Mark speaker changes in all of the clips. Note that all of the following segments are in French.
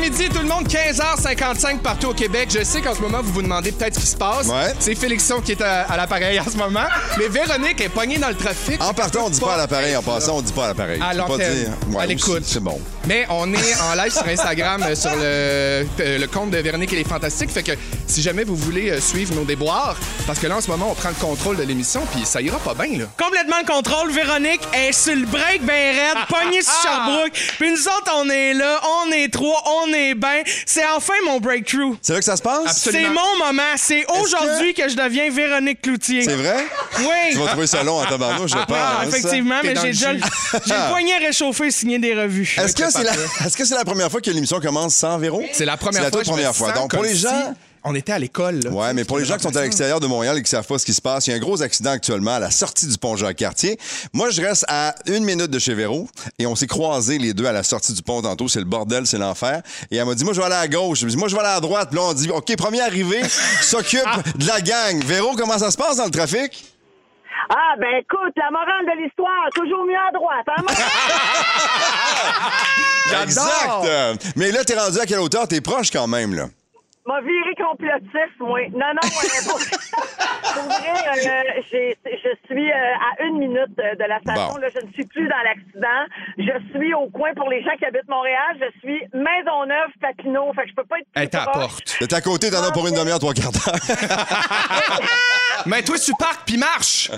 Speaker 1: midi tout le monde, 15h55 partout au Québec. Je sais qu'en ce moment, vous vous demandez peut-être ce qui se passe.
Speaker 2: Ouais.
Speaker 1: C'est Félixon qui est à, à l'appareil en ce moment. Mais Véronique est pognée dans le trafic.
Speaker 2: En partant, on dit pas à l'appareil. En passant, on dit pas à l'appareil.
Speaker 1: À
Speaker 2: Tu peux pas
Speaker 1: l'antenne.
Speaker 2: dire-
Speaker 1: À
Speaker 2: aussi,
Speaker 1: l'écoute.
Speaker 2: C'est bon.
Speaker 1: Mais on est en live sur Instagram euh, sur le, euh, le compte de Véronique et les Fantastiques. Fait que si jamais vous voulez euh, suivre nos déboires, parce que là en ce moment on prend le contrôle de l'émission puis ça ira pas bien là.
Speaker 3: Complètement le contrôle, Véronique est sur le break ben raide, pognée
Speaker 1: Ah,
Speaker 3: sur Sherbrooke. Puis nous autres, on est là, on est trois, on est ben. C'est enfin mon breakthrough.
Speaker 2: C'est là que ça se passe?
Speaker 1: Absolument.
Speaker 3: C'est mon moment. C'est aujourd'hui que... je deviens Véronique Cloutier.
Speaker 2: C'est vrai?
Speaker 3: Oui.
Speaker 2: Tu vas trouver ça long en tabarnouche, je
Speaker 3: Ah,
Speaker 2: pense. hein.
Speaker 3: effectivement,
Speaker 1: T'es
Speaker 3: mais
Speaker 1: dans
Speaker 3: j'ai
Speaker 1: le
Speaker 3: déjà
Speaker 1: jus.
Speaker 3: le j'ai le poignet réchauffé signé des revues.
Speaker 2: Est-ce que c'est la, est-ce que c'est la première fois que l'émission commence sans Véro?
Speaker 1: C'est la première
Speaker 2: C'est la
Speaker 1: fois.
Speaker 2: toute
Speaker 1: que je me
Speaker 2: première fois.
Speaker 1: sens
Speaker 2: Donc, pour
Speaker 1: comme
Speaker 2: les gens-
Speaker 1: si on était à l'école. là.
Speaker 2: Ouais, mais pour les gens qui sont à l'extérieur de Montréal et qui savent pas ce qui se passe, il y a un gros accident actuellement à la sortie du pont Jacques-Cartier. Moi, je reste à une minute de chez Véro et on s'est croisés les deux à la sortie du pont tantôt. C'est le bordel, c'est l'enfer. Et elle m'a dit, moi, je vais aller à gauche. Je me dis, moi, je vais aller à droite. Puis là, on dit, OK, premier arrivé s'occupe de la gang. Véro, comment ça se passe dans le trafic?
Speaker 4: Ah, ben écoute, la morale de l'histoire, toujours mieux à droite. Hein, moi?
Speaker 2: Exact! Euh, Mais là, t'es rendu à quelle hauteur? T'es proche quand même, là.
Speaker 4: m'a viré complotiste, oui. Non, non, euh, pour, pour vrai, euh, j'ai- je suis euh, à une minute euh, de la station.
Speaker 2: Bon.
Speaker 4: Là, je ne suis plus dans l'accident. Je suis au coin pour les gens qui habitent Montréal. Je suis Maisonneuve, Papineau. Fait que je peux pas être plus
Speaker 1: Elle
Speaker 4: proche.
Speaker 1: t'apporte.
Speaker 2: De ta côté, t'en as pour une demi-heure, trois quarts d'heure.
Speaker 1: Mais toi tu parques puis marche.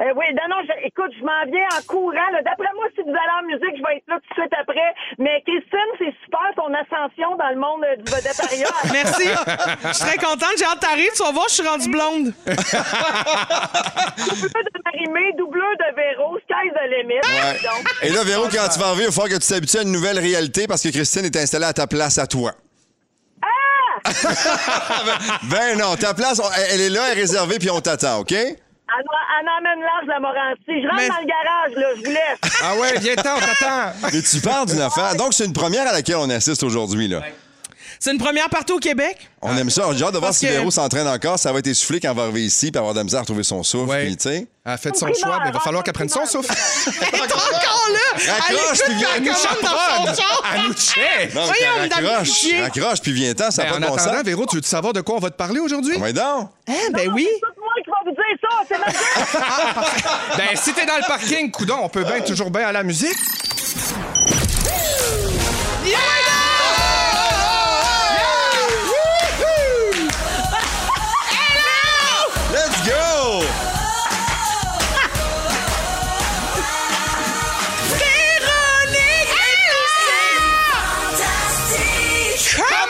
Speaker 4: Euh, oui, non, non, je- écoute, je m'en viens en courant. là. D'après moi, si vous allez en musique, je vais être là tout de suite après. Mais Christine, c'est super ton ascension dans le monde euh, du vedettariat.
Speaker 3: Merci. Je suis très contente. J'ai hâte que t'arrives. Tu vas voir, je suis rendue blonde.
Speaker 4: doubleur de Marimé, doubleur de Véro, sky's the limit.
Speaker 2: Ouais.
Speaker 4: Donc,
Speaker 2: Et là, Véro, quand tu vas arriver, il va falloir que tu t'habitues à une nouvelle réalité parce que Christine est installée à ta place à toi.
Speaker 4: Ah!
Speaker 2: ben non, ta place, on- elle est là, elle est réservée, puis on t'attend, OK?
Speaker 4: elle en- elle emmène l'âge de la Morancy. Je rentre
Speaker 3: Mais-
Speaker 4: dans le garage, là, je vous laisse.
Speaker 1: Ah ouais, viens t'en, t'attends.
Speaker 2: Mais tu parles d'une affaire. Donc, c'est une première à laquelle on assiste aujourd'hui, là.
Speaker 3: C'est une première partout au Québec.
Speaker 2: On aime ça. J'ai hâte de voir
Speaker 3: Parce
Speaker 2: si
Speaker 3: que-
Speaker 2: Véro s'entraîne encore. Ça va être essoufflé quand elle va arriver ici, puis avoir de la misère à retrouver son souffle,
Speaker 1: Ouais.
Speaker 2: puis tu sais.
Speaker 1: Elle a fait son
Speaker 4: Primeur,
Speaker 1: choix, mais il va falloir qu'elle prenne son
Speaker 4: primeur,
Speaker 1: souffle.
Speaker 3: Elle est encore là.
Speaker 2: Raccroche, puis viens,
Speaker 3: Elle
Speaker 2: nous
Speaker 3: écoute la commande dans son char.
Speaker 1: À nous check.
Speaker 2: Non, mais
Speaker 3: Voyons, madame
Speaker 2: raccroche,
Speaker 3: Bouchier.
Speaker 2: raccroche, puis viens-t'en, ça n'a
Speaker 1: Ben,
Speaker 2: pas
Speaker 1: en
Speaker 2: de bon
Speaker 1: attendant,
Speaker 2: sens.
Speaker 1: Véro, tu veux savoir de quoi on va te parler aujourd'hui?
Speaker 2: Ouais, donc.
Speaker 3: Hein, ben oui.
Speaker 4: C'est tout moi qui va vous dire ça, c'est ma gueule.
Speaker 1: Ben, si t'es dans le parking, coudon, on peut
Speaker 2: Ah.
Speaker 1: bien toujours bien à la musique.
Speaker 2: Let's go!
Speaker 3: ah.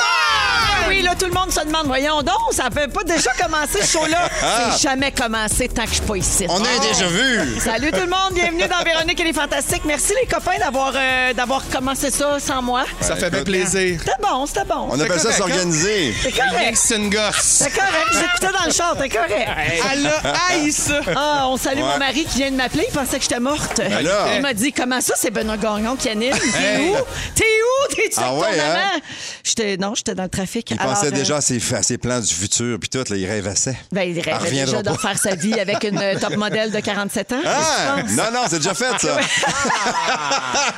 Speaker 5: Ah Oui, là, tout le monde se demande, voyons donc, ça peut pas déjà commencer ce show-là. C'est jamais commencé tant que je suis pas ici.
Speaker 2: Ah. On a un déjà vu!
Speaker 5: Salut tout le monde, bienvenue dans Véronique et les Fantastiques. Merci les copains d'avoir euh, d'avoir commencé ça sans moi.
Speaker 1: Ça fait bien
Speaker 2: Ben, écoute.
Speaker 1: plaisir.
Speaker 5: C'était bon, c'était bon.
Speaker 2: On appelle ça
Speaker 1: correct,
Speaker 2: s'organiser.
Speaker 5: C'est correct.
Speaker 1: C'est une gosse.
Speaker 5: C'est correct, j'écoutais dans le char, c'est correct.
Speaker 3: Elle a haï ça.
Speaker 5: Ah, on salue
Speaker 2: Ouais. Ben
Speaker 5: mon mari qui vient de m'appeler, il pensait que j'étais morte.
Speaker 2: là.
Speaker 5: Il m'a dit comment ça c'est Benoît Gagnon qui anime T'es
Speaker 1: Hey.
Speaker 5: où T'es où T'es tu
Speaker 2: Ah ouais,
Speaker 5: ton
Speaker 2: hein?
Speaker 5: amant? J'étais non, j'étais dans le trafic.
Speaker 2: Il
Speaker 5: Alors,
Speaker 2: pensait
Speaker 5: euh,
Speaker 2: déjà à ses, à ses plans du futur, puis tout, là, il rêvassait.
Speaker 5: Ben, il
Speaker 2: Elle
Speaker 5: rêvait
Speaker 2: reviendra
Speaker 5: déjà de
Speaker 2: pas.
Speaker 5: refaire sa vie avec une euh, top modèle de 47 ans.
Speaker 2: Ah!
Speaker 5: je pense.
Speaker 2: Non, non, c'est déjà fait, ça.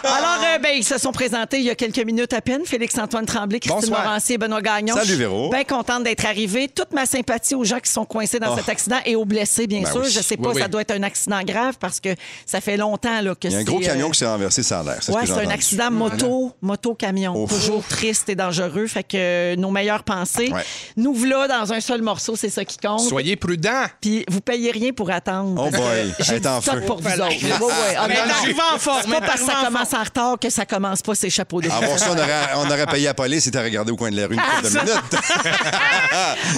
Speaker 5: Alors, euh, ben, ils se sont présentés il y a quelques minutes à peine. Félix-Antoine Tremblay, Christine
Speaker 1: Bonsoir.
Speaker 5: Morancier et Benoît Gagnon.
Speaker 2: Salut,
Speaker 5: Je suis
Speaker 2: Véro.
Speaker 5: Bien contente d'être arrivée. Toute ma sympathie aux gens qui sont coincés dans
Speaker 2: Oh.
Speaker 5: cet accident et aux blessés, bien
Speaker 2: Ben
Speaker 5: sûr.
Speaker 2: oui.
Speaker 5: Je sais pas,
Speaker 1: Oui, oui.
Speaker 5: ça doit être un accident grave parce que ça fait longtemps là, que
Speaker 2: Il y a un
Speaker 5: c'est,
Speaker 2: gros
Speaker 5: euh,
Speaker 2: camion qui s'est renversé sans l'air.
Speaker 5: Ouais,
Speaker 2: ce que j'ai
Speaker 5: c'est un
Speaker 2: entendu.
Speaker 5: accident moto, moto-camion.
Speaker 2: Ouf.
Speaker 5: Toujours triste et dangereux. Fait que euh, nos meilleures pensées,
Speaker 2: Ouais.
Speaker 5: nous voilà dans un seul morceau, c'est ça qui compte.
Speaker 1: Soyez prudents.
Speaker 5: Puis vous payez rien pour attendre.
Speaker 2: Oh boy,
Speaker 5: J'ai
Speaker 2: elle est
Speaker 5: du
Speaker 2: en
Speaker 5: stock
Speaker 2: feu.
Speaker 5: pour vous autres. Ouais, ouais. Ah,
Speaker 3: Mais
Speaker 5: non,
Speaker 3: elle
Speaker 5: non.
Speaker 3: arrive en forme,
Speaker 5: C'est
Speaker 3: elle
Speaker 5: pas parce que ça
Speaker 3: arrive en
Speaker 5: commence en retard que ça commence pas ses chapeaux de
Speaker 2: À voir ça, on aurait, on aurait payé à la police et t'as regardé au coin de la rue une
Speaker 5: Ah,
Speaker 2: couple de minutes.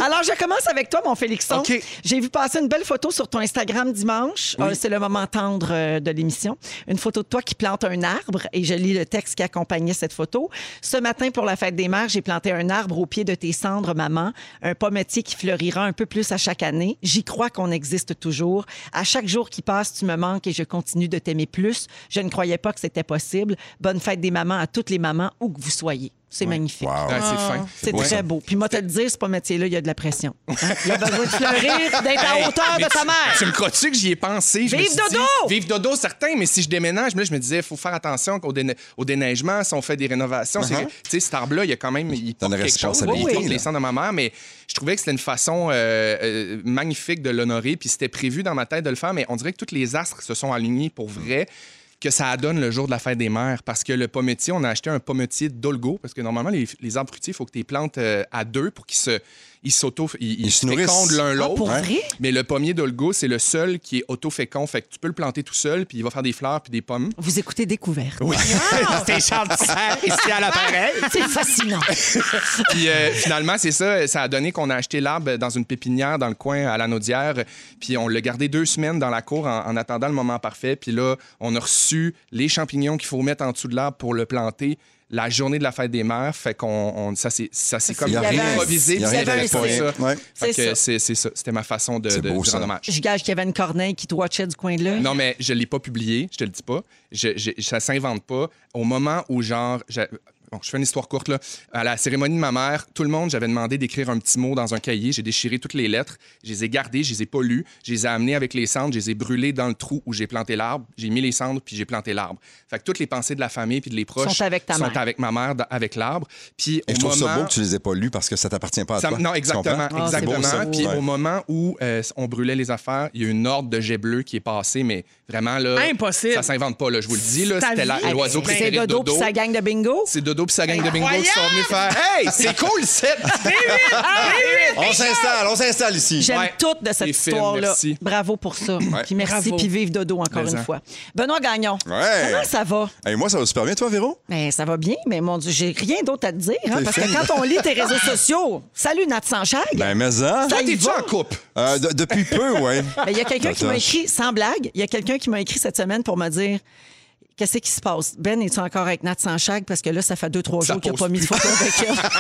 Speaker 5: Alors, je commence avec toi, mon Félixon.
Speaker 1: OK.
Speaker 5: J'ai vu passer une belle photo sur ton Instagram dimanche. Euh, C'est le moment tendre euh, de l'émission. Une photo de toi qui plante un arbre et je lis le texte qui accompagnait cette photo. Ce matin, pour la fête des mères, j'ai planté un arbre au pied de tes cendres, maman. Un pommetier qui fleurira un peu plus à chaque année. J'y crois qu'on existe toujours. À chaque jour qui passe, tu me manques et je continue de t'aimer plus. Je ne croyais pas que c'était possible. Bonne fête des mamans à toutes les mamans, où que vous soyez. C'est magnifique.
Speaker 2: Wow.
Speaker 1: Ouais, Ah, c'est fin.
Speaker 5: C'est
Speaker 2: Ouais.
Speaker 5: très beau. Puis moi, te le dire, ce pas métier-là, il y a de la pression. Hein? Il y a besoin de fleurir, d'être à hauteur
Speaker 1: Mais
Speaker 5: de ta
Speaker 1: tu-
Speaker 5: mère.
Speaker 1: Tu me crois-tu que j'y ai pensé? Je me
Speaker 5: Vive
Speaker 1: suis
Speaker 5: dodo!
Speaker 1: dit, Vive dodo, certain, mais si je déménage, là, je me disais, il faut faire attention au, déne- au déneigement, si on fait des rénovations. c'est- Tu sais, cet arbre-là, il y a quand même. Il
Speaker 2: T'as Uh-huh. une
Speaker 1: porte quelque chose.
Speaker 2: responsabilité,
Speaker 1: Il porte
Speaker 2: là.
Speaker 1: les cendres de ma mère, mais je trouvais que c'était une façon euh, euh, magnifique de l'honorer, puis c'était prévu dans ma tête de le faire, mais on dirait que tous les astres se sont alignés pour
Speaker 2: Mm.
Speaker 1: vrai que ça donne le jour de la fête des mères. Parce que le pommetier, on a acheté un pommetier d'Olgo, parce que normalement, les, les arbres fruitiers, il faut que tu les plantes euh, à deux pour qu'ils se, ils s'auto, ils,
Speaker 2: Ils
Speaker 1: ils
Speaker 2: se
Speaker 1: se
Speaker 2: nourrissent.
Speaker 1: fécondent l'un l'autre.
Speaker 5: Ah, pour vrai?
Speaker 1: Mais le pommier d'Olgo, c'est le seul qui est autofécond. Fait que tu peux le planter tout seul, puis il va faire des fleurs, puis des pommes.
Speaker 5: Vous écoutez Découverte.
Speaker 3: Ah,
Speaker 1: C'était Charles Tissère, ici à l'appareil.
Speaker 5: C'est fascinant.
Speaker 1: Puis euh, finalement, c'est ça. Ça a donné qu'on a acheté l'arbre dans une pépinière dans le coin à la Naudière. Puis on l'a gardé deux semaines dans la cour en, en attendant le moment parfait. Puis là, on a reçu les champignons qu'il faut mettre en dessous de l'arbre pour le planter. La journée de la fête des mères, fait qu'on on- ça c'est ça c'est comme
Speaker 2: y a rien.
Speaker 1: improvisé,
Speaker 2: Il y a
Speaker 1: puis
Speaker 2: rien
Speaker 1: j'avais
Speaker 2: qui
Speaker 1: pas
Speaker 2: répond.
Speaker 1: ça.
Speaker 2: Ouais.
Speaker 1: Fait
Speaker 5: C'est
Speaker 1: que
Speaker 5: ça.
Speaker 1: c'est c'est ça, c'était ma façon de,
Speaker 2: C'est
Speaker 1: de,
Speaker 2: beau,
Speaker 1: de
Speaker 2: ça.
Speaker 1: rendre hommage.
Speaker 5: Je gage qu'il y avait une corneille qui te watchait du coin de l'œil.
Speaker 1: Non, mais je ne l'ai pas publié, je te le dis pas. Je, je- ça s'invente pas. Au moment où, genre, j'a- bon, je fais une histoire courte, là. À la cérémonie de ma mère, tout le monde, j'avais demandé d'écrire un petit mot dans un cahier. J'ai déchiré toutes les lettres, je les ai gardées, je les ai pas lues, je les ai amenées avec les cendres, je les ai brûlées dans le trou où j'ai planté l'arbre. J'ai mis les cendres, puis j'ai planté l'arbre. Fait que toutes les pensées de la famille puis de les proches
Speaker 5: Sont avec ta mère.
Speaker 1: avec ma mère, dans- avec l'arbre. Puis
Speaker 2: Et
Speaker 1: au
Speaker 2: je trouve ça
Speaker 1: moment-
Speaker 2: beau que tu les aies pas lus parce que ça t'appartient pas à
Speaker 1: ça-
Speaker 2: toi.
Speaker 1: non,
Speaker 2: Tu
Speaker 1: exactement.
Speaker 2: comprends? Ah,
Speaker 5: c'est
Speaker 1: exactement.
Speaker 5: beau, ça.
Speaker 1: Puis
Speaker 2: Ouais.
Speaker 1: au moment où euh, on brûlait les affaires, il y a une ordre de jet bleu qui est passée, mais vraiment, là.
Speaker 3: Impossible.
Speaker 1: Ça s'invente pas, là. Je vous le dis, là.
Speaker 3: Ta
Speaker 1: C'était la-
Speaker 3: vie.
Speaker 1: l'oiseau
Speaker 3: Ben,
Speaker 1: préféré
Speaker 5: C'est
Speaker 1: de
Speaker 5: Dodo
Speaker 1: Dodo.
Speaker 5: puis sa gang de bingo.
Speaker 1: C'est Dodo puis sa gang de bingo qui sont venus faire Hey, c'est cool, c'est.
Speaker 2: On s'installe, on s'installe ici.
Speaker 5: J'aime
Speaker 1: Ouais.
Speaker 5: toute de cette
Speaker 1: C'est fine,
Speaker 5: histoire-là.
Speaker 1: merci.
Speaker 5: Bravo pour ça. Puis merci,
Speaker 3: Bravo.
Speaker 5: puis vive Dodo encore
Speaker 1: Mais
Speaker 5: une
Speaker 1: en.
Speaker 5: fois. Benoît Gagnon,
Speaker 2: Ouais.
Speaker 5: comment ça va?
Speaker 2: Et moi, ça va super bien, toi, Véro?
Speaker 5: Ben, ça va bien, mais mon Dieu, j'ai rien d'autre à te dire. hein,
Speaker 2: T'es
Speaker 5: parce
Speaker 2: fine.
Speaker 5: que quand on lit tes réseaux sociaux, salut Nat Sanchag.
Speaker 2: Ben, mais hein?
Speaker 5: Ça
Speaker 1: Toi,
Speaker 5: y
Speaker 1: t'es-tu
Speaker 5: va.
Speaker 1: en couple?
Speaker 2: Euh, de- depuis peu, ouais.
Speaker 5: Ben, Il y a quelqu'un qui m'a
Speaker 2: Natacha.
Speaker 5: écrit, sans blague, il y a quelqu'un qui m'a écrit cette semaine pour me dire Qu'est-ce qui se passe? Ben, es-tu encore avec Nat Sanchag? Parce que là, ça fait deux, trois
Speaker 1: Ça
Speaker 5: jours qu'il n'a
Speaker 1: pose
Speaker 5: pas mis de
Speaker 1: plus.
Speaker 5: photo avec elle.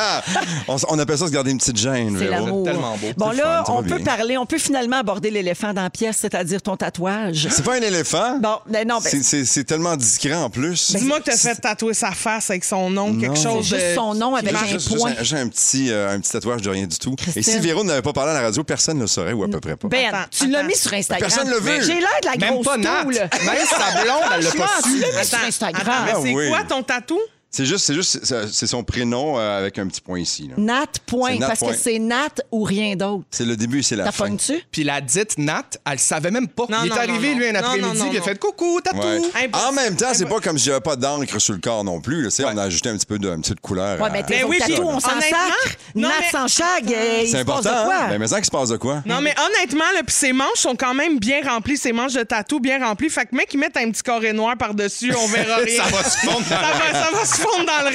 Speaker 2: Ah! on, s- on appelle ça se garder une petite gêne,
Speaker 5: C'est
Speaker 2: Véro.
Speaker 5: l'amour.
Speaker 1: tellement beau.
Speaker 5: Bon,
Speaker 2: C'est
Speaker 5: là,
Speaker 2: le fun, ça va
Speaker 5: on peut
Speaker 2: bien.
Speaker 5: parler, on peut finalement aborder l'éléphant dans la pièce, c'est-à-dire ton tatouage.
Speaker 2: C'est pas un éléphant.
Speaker 5: Bon, ben non, ben-
Speaker 2: C'est- c'est c'est tellement discret en plus.
Speaker 3: Dis-moi que t'as fait tatouer sa face avec son nom, quelque chose.
Speaker 5: C'est juste
Speaker 3: de-
Speaker 5: son nom
Speaker 3: qui
Speaker 5: avec
Speaker 3: marche.
Speaker 5: un
Speaker 2: Juste-
Speaker 5: point.
Speaker 2: juste un- J'ai un, petit, euh, un petit tatouage de rien du tout.
Speaker 5: Christine.
Speaker 2: Et si Véro n'avait pas parlé à la radio, personne ne le saurait ou à peu près pas.
Speaker 5: Ben,
Speaker 3: Attends,
Speaker 5: tu l'as
Speaker 3: attends.
Speaker 5: mis sur Instagram.
Speaker 2: Personne le veut.
Speaker 5: J'ai l'air de la
Speaker 1: Même
Speaker 5: grosse
Speaker 1: pas Nat.
Speaker 5: toule.
Speaker 1: Même sa blonde, elle l'a pas
Speaker 5: Franchement,
Speaker 1: su.
Speaker 5: tu l'as mis sur
Speaker 3: Attends,
Speaker 5: Instagram.
Speaker 3: attends, mais
Speaker 2: Ah
Speaker 3: c'est
Speaker 2: oui.
Speaker 3: quoi ton tatou?
Speaker 2: C'est juste, c'est juste, c'est- c'est son prénom euh, avec un petit point ici. là.
Speaker 5: Nat, point,
Speaker 2: C'est Nat,
Speaker 5: parce
Speaker 2: point.
Speaker 5: que c'est Nat ou rien d'autre.
Speaker 2: C'est le début et c'est la
Speaker 5: T'as
Speaker 2: fin.
Speaker 5: tu
Speaker 1: Puis la dite Nat, elle savait même pas.
Speaker 3: Non,
Speaker 1: il
Speaker 3: non,
Speaker 1: est arrivé,
Speaker 3: non, non.
Speaker 1: lui, un
Speaker 3: Non, non,
Speaker 1: après-midi,
Speaker 3: non,
Speaker 1: puis il a
Speaker 3: non.
Speaker 1: fait coucou, tatou.
Speaker 2: Ouais.
Speaker 3: Impossible.
Speaker 2: En même temps, c'est
Speaker 3: Impossible.
Speaker 2: pas comme si j'avais pas d'encre sur le corps non plus. là. Tu sais, On a ajouté un petit peu de, un petit peu de couleur.
Speaker 5: Ouais,
Speaker 2: à-
Speaker 5: mais
Speaker 3: Ben
Speaker 5: tes autres
Speaker 3: oui, puis
Speaker 5: tatous, on s'en
Speaker 3: honnêtement,
Speaker 5: sacre.
Speaker 3: non,
Speaker 5: Nat
Speaker 3: mais-
Speaker 5: s'en chague, euh, il
Speaker 2: C'est
Speaker 5: se passe de
Speaker 2: important.
Speaker 5: quoi?
Speaker 2: hein? Ben, mais ça qu'il se passe de quoi?
Speaker 3: Non, mais honnêtement, là, puis ses manches sont quand même bien remplies, ses manches de tatou bien remplies. Fait que mec, ils mettent un petit carré noir par-dessus, on verra rien.
Speaker 1: Ça va se fondre dans
Speaker 3: ça, va, ça va se fondre dans le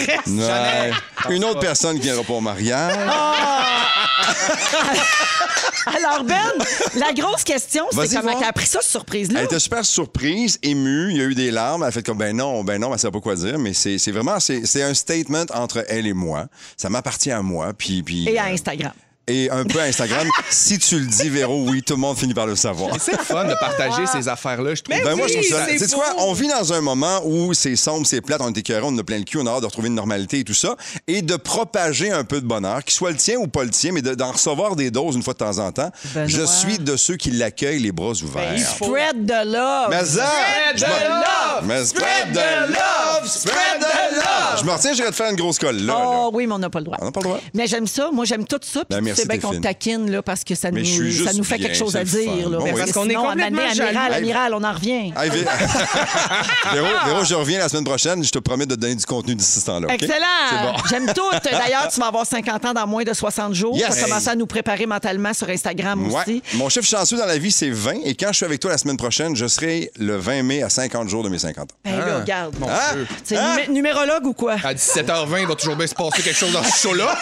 Speaker 3: reste.
Speaker 2: Ouais. Une autre personne qui viendra pas au
Speaker 5: Ah,
Speaker 2: mariage.
Speaker 5: Alors, Ben, la grosse question,
Speaker 2: Vas-y,
Speaker 5: c'est comment
Speaker 2: va.
Speaker 5: t'as appris ça, cette surprise-là?
Speaker 2: Elle était super surprise, émue. Il y a eu des larmes. Elle a fait comme ben non, ben non, elle ne savait pas quoi dire. Mais c'est c'est vraiment c'est c'est un statement entre elle et moi. Ça m'appartient à moi. Puis, puis,
Speaker 5: Et à
Speaker 2: euh,
Speaker 5: Instagram.
Speaker 2: et un peu à Instagram. si tu le dis, Véro, oui, tout le monde finit par le savoir.
Speaker 1: Mais C'est le fun de partager ces affaires-là, je trouve.
Speaker 3: Mais
Speaker 2: Ben moi, je trouve
Speaker 3: oui,
Speaker 2: ça.
Speaker 3: c'est
Speaker 2: Tu quoi?
Speaker 3: beau.
Speaker 2: On vit dans un moment où c'est sombre, c'est plate, on est écœuré, on en a plein le cul, on a hâte de retrouver une normalité et tout ça. Et de propager un peu de bonheur, qu'il soit le tien ou pas le tien, mais de- d'en recevoir des doses une fois de temps en temps.
Speaker 5: Benoît.
Speaker 2: Je suis de ceux qui l'accueillent les bras ouverts.
Speaker 5: Spread de love.
Speaker 2: Mais ça, je me-
Speaker 1: love!
Speaker 2: Mais spread the love! Spread the love! Je me retiens, j'irai te faire une grosse colle, là. là.
Speaker 5: Oh oui, mais on n'a pas le droit.
Speaker 2: On n'a pas le droit.
Speaker 5: Mais j'aime ça. Moi, j'aime tout ça.
Speaker 2: Ben,
Speaker 5: Puis tu
Speaker 2: merci,
Speaker 5: sais bien qu'on
Speaker 2: Delphine.
Speaker 5: taquine là, parce que ça
Speaker 2: Mais
Speaker 5: nous,
Speaker 2: je suis
Speaker 5: ça
Speaker 2: juste
Speaker 5: nous fait
Speaker 2: bien,
Speaker 5: quelque chose
Speaker 2: c'est
Speaker 5: à
Speaker 2: le fun.
Speaker 5: dire. là.
Speaker 2: Bon,
Speaker 5: Mais
Speaker 2: oui. Parce
Speaker 5: parce qu'on
Speaker 3: qu'on est complètement
Speaker 5: amiral,
Speaker 3: jaloux.
Speaker 5: amiral, on en revient.
Speaker 2: Hey, Vé- Véro, Véro, je reviens la semaine prochaine. Je te promets de te donner du contenu d'ici ce temps-là. OK? C'est
Speaker 5: Excellent!
Speaker 2: bon.
Speaker 5: J'aime tout. D'ailleurs, tu vas avoir 50 ans dans moins de 60 jours.
Speaker 2: Yes.
Speaker 5: Tu vas commencer à nous préparer mentalement sur Instagram
Speaker 2: Ouais.
Speaker 5: aussi.
Speaker 2: Mon chiffre chanceux dans la vie, c'est 20. Et quand je suis avec toi la semaine prochaine, je serai le 20 mai à 50 jours de mes 50 ans.
Speaker 5: Ben là, regarde.
Speaker 2: Hein?
Speaker 1: Mon Dieu.
Speaker 5: C'est numérologue ou
Speaker 2: Ah.
Speaker 5: quoi?
Speaker 1: À 17h20, il va toujours bien se passer quelque chose dans ce show-là.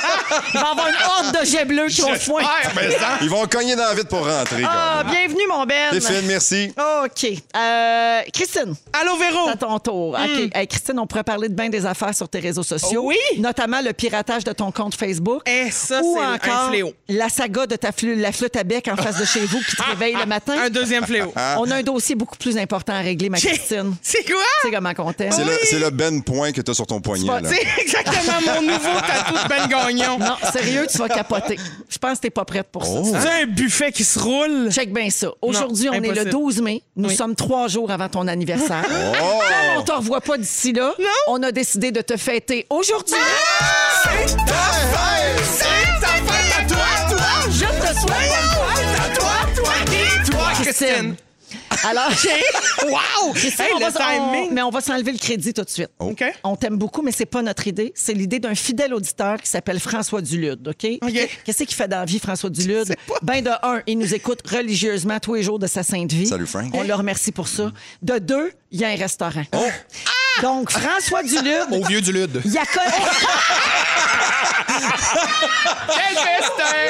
Speaker 5: Il va y avoir une horde de jets bleus qui vont foin.
Speaker 1: J'espère, mais ça.
Speaker 2: Ils vont cogner dans la vitre pour rentrer.
Speaker 5: Ah,
Speaker 2: quand même.
Speaker 5: bienvenue, mon Ben.
Speaker 2: C'est fini, merci.
Speaker 5: OK. Euh, Christine,
Speaker 3: Allô, Véro?
Speaker 5: c'est à ton tour. OK. Hey, Christine, on pourrait parler de bien des affaires sur tes réseaux sociaux.
Speaker 3: Hmm. Oui.
Speaker 5: Notamment le piratage de ton compte Facebook.
Speaker 3: Eh, ça,
Speaker 5: ou
Speaker 3: c'est un
Speaker 5: encore
Speaker 3: fléau. Ah,
Speaker 5: la saga de ta flu- la flûte à bec en face de chez vous qui te réveille le matin.
Speaker 3: Un Ah. deuxième fléau.
Speaker 2: Ah.
Speaker 5: On a un dossier beaucoup plus important à régler, ma Christine.
Speaker 3: C'est quoi?
Speaker 5: Tu sais comment on t'aime.
Speaker 2: C'est le, c'est le Ben Point que tu as sur ton poignet. là.
Speaker 3: C'est exactement mon nouveau tatou de Ben Gagnon.
Speaker 5: Non, sérieux, tu vas capoter. Je pense que t'es pas prête pour ça.
Speaker 2: Oh.
Speaker 3: C'est un buffet qui se roule.
Speaker 5: Check bien ça. Aujourd'hui, on est
Speaker 3: impossible.
Speaker 5: le 12 mai. Nous
Speaker 3: Oui.
Speaker 5: sommes trois jours avant ton anniversaire.
Speaker 2: Oh!
Speaker 5: Comme on te revoit pas d'ici là, on a décidé de te fêter aujourd'hui.
Speaker 3: Ah!
Speaker 2: C'est ta fête! C'est ta fête à toi, toi!
Speaker 5: Je te souhaite
Speaker 3: Toi,
Speaker 5: Christine. Alors,
Speaker 3: Wow!
Speaker 5: Christine,
Speaker 3: Hey,
Speaker 5: on
Speaker 3: le
Speaker 5: va, on-
Speaker 3: timing. Oh.
Speaker 5: mais on va s'enlever le crédit tout de suite.
Speaker 3: OK.
Speaker 5: On t'aime beaucoup, mais c'est pas notre idée. C'est l'idée d'un fidèle auditeur qui s'appelle François Dulude, OK? Qu'est-ce qu'il fait dans la vie, François Dulude? Ben de un, il nous écoute religieusement tous les jours de sa sainte vie.
Speaker 2: Salut, Frank.
Speaker 5: On le remercie pour ça. De deux, il y a un restaurant. Ah! Donc, François Dulude,
Speaker 1: Au vieux du Lude.
Speaker 5: il a connu-
Speaker 3: Quel festin!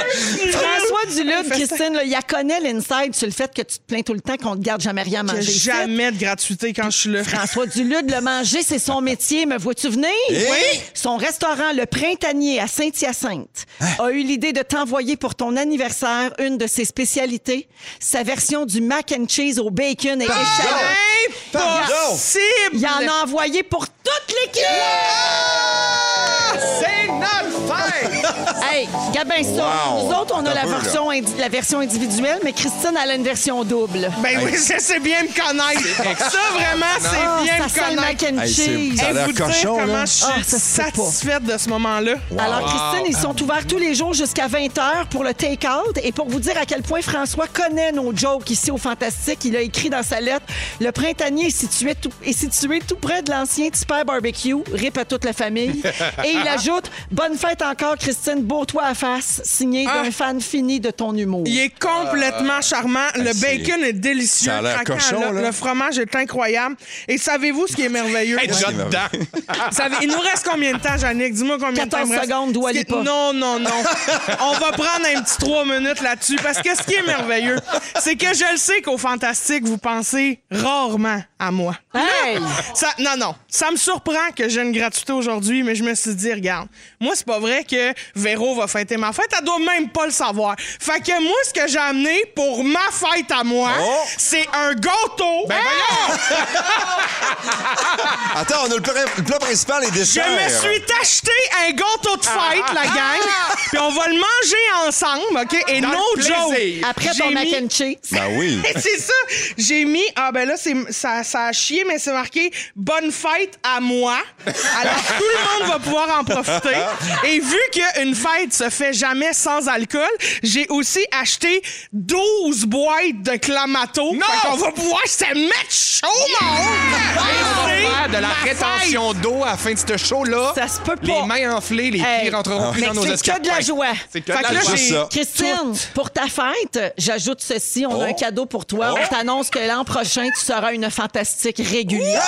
Speaker 5: François Dulude, Christine, là, il a connaît l'inside sur le fait que tu te plains tout le temps qu'on te garde jamais rien à manger. ici.
Speaker 3: Jamais de gratuité quand je suis là.
Speaker 5: François Dulude, le manger, c'est son métier. Me vois-tu venir?
Speaker 2: Oui.
Speaker 5: Son restaurant, Le Printanier, à Saint-Hyacinthe, a eu l'idée de t'envoyer pour ton anniversaire une de ses spécialités, sa version du mac and cheese au bacon et échalotes.
Speaker 3: Impossible!
Speaker 5: Il en a envoyé pour toute l'équipe!
Speaker 3: C'est notre fête!
Speaker 5: Hey, regarde bien ça.
Speaker 2: Wow!
Speaker 5: Nous autres, on
Speaker 2: T'as
Speaker 5: a la
Speaker 2: peur, là.
Speaker 5: version, indi- la version individuelle, mais Christine, elle a une version double.
Speaker 3: Ben oui, ça, c'est bien me connaître. Ça, vraiment, c'est bien
Speaker 5: Ah, ça
Speaker 3: me
Speaker 5: sent le
Speaker 3: connaître.
Speaker 5: mac and
Speaker 2: Hey, c'est-
Speaker 5: cheese.
Speaker 2: Ça a
Speaker 3: Hey,
Speaker 2: l'air
Speaker 3: vous dire
Speaker 2: cochon, là.
Speaker 3: comment je suis
Speaker 5: Ah, ça se peut pas.
Speaker 3: satisfaite de ce moment-là.
Speaker 5: Alors, Christine, ils sont ouverts tous les jours jusqu'à 20h pour le take-out. Et pour vous dire à quel point François connaît nos jokes ici au Fantastique, il a écrit dans sa lettre Le printanier est situé tout, est situé tout près de l'ancien Tipper Barbecue, rip à toute la famille. et il ajoute Bonne fête encore, Christine, bourre-toi à face, signé d'un
Speaker 3: Ah.
Speaker 5: fan fini de ton humour.
Speaker 3: Il est complètement charmant. Le
Speaker 2: Ah. c'est-
Speaker 3: bacon est délicieux.
Speaker 2: Ça a l'air
Speaker 3: craquant,
Speaker 2: cochon,
Speaker 3: là.
Speaker 2: là.
Speaker 3: Le fromage est incroyable. Et savez-vous ce qui est merveilleux?
Speaker 1: Hey, déjà
Speaker 2: Ouais.
Speaker 1: dedans.
Speaker 3: Savez- il nous reste combien de temps, Jannick? Dis-moi combien de temps.
Speaker 5: 14
Speaker 3: il me reste.
Speaker 5: secondes, dois-les
Speaker 3: Ce qui-
Speaker 5: pas.
Speaker 3: Non, non, non. On va prendre un petit 3 minutes là-dessus parce que ce qui est merveilleux, c'est que je le sais qu'au Fantastique, vous pensez rarement à moi.
Speaker 5: Hey!
Speaker 3: Ça, non, non. Ça me surprend que j'ai une gratuité aujourd'hui, mais je me suis dit, regarde, moi, c'est pas vrai que Véro va fêter ma fête. Elle doit même pas le savoir. Fait que moi, ce que j'ai amené pour ma fête à moi,
Speaker 2: Oh!
Speaker 3: c'est un gâteau.
Speaker 1: Ben
Speaker 2: Attends, on a le plat, le plat principal Ben et
Speaker 3: Je
Speaker 2: desserts.
Speaker 1: Ben,
Speaker 3: me suis
Speaker 1: euh,
Speaker 3: acheté un gâteau de
Speaker 1: Ah!
Speaker 3: fête, la gang. Puis on va le manger ensemble, OK? Et
Speaker 1: Dans
Speaker 3: no
Speaker 1: le
Speaker 3: joke.
Speaker 1: plaisir.
Speaker 5: Après ton
Speaker 3: j'ai
Speaker 5: mac
Speaker 3: mis-
Speaker 5: and cheese.
Speaker 2: Ben oui.
Speaker 3: c'est ça. J'ai mis. Ah, ben là, c'est, ça, ça a chié, mais c'est marqué Bonne fête à moi. Alors, tout le monde va pouvoir en profiter. Et vu qu'une fête se fait jamais sans alcool, j'ai aussi acheté 12 boîtes de Clamato. Non! Fait qu'on va pouvoir se mettre chaud, mon homme! Et
Speaker 1: Faire
Speaker 3: c'est
Speaker 1: de la
Speaker 3: ma
Speaker 1: rétention d'eau à la fin de ce show-là.
Speaker 5: Ça se peut pas.
Speaker 1: Les mains enflées, les
Speaker 5: Hey,
Speaker 1: pieds rentreront plus
Speaker 5: mais
Speaker 1: dans nos
Speaker 5: C'est que de
Speaker 1: escarpins.
Speaker 5: la joie.
Speaker 1: C'est que
Speaker 3: Fait
Speaker 1: de la
Speaker 3: que là,
Speaker 1: joie.
Speaker 2: Juste
Speaker 3: j'ai-
Speaker 2: ça.
Speaker 5: Christine, pour ta fête, j'ajoute ceci. On a un cadeau pour toi. On t'annonce que l'an prochain, tu seras une fantastique régulière.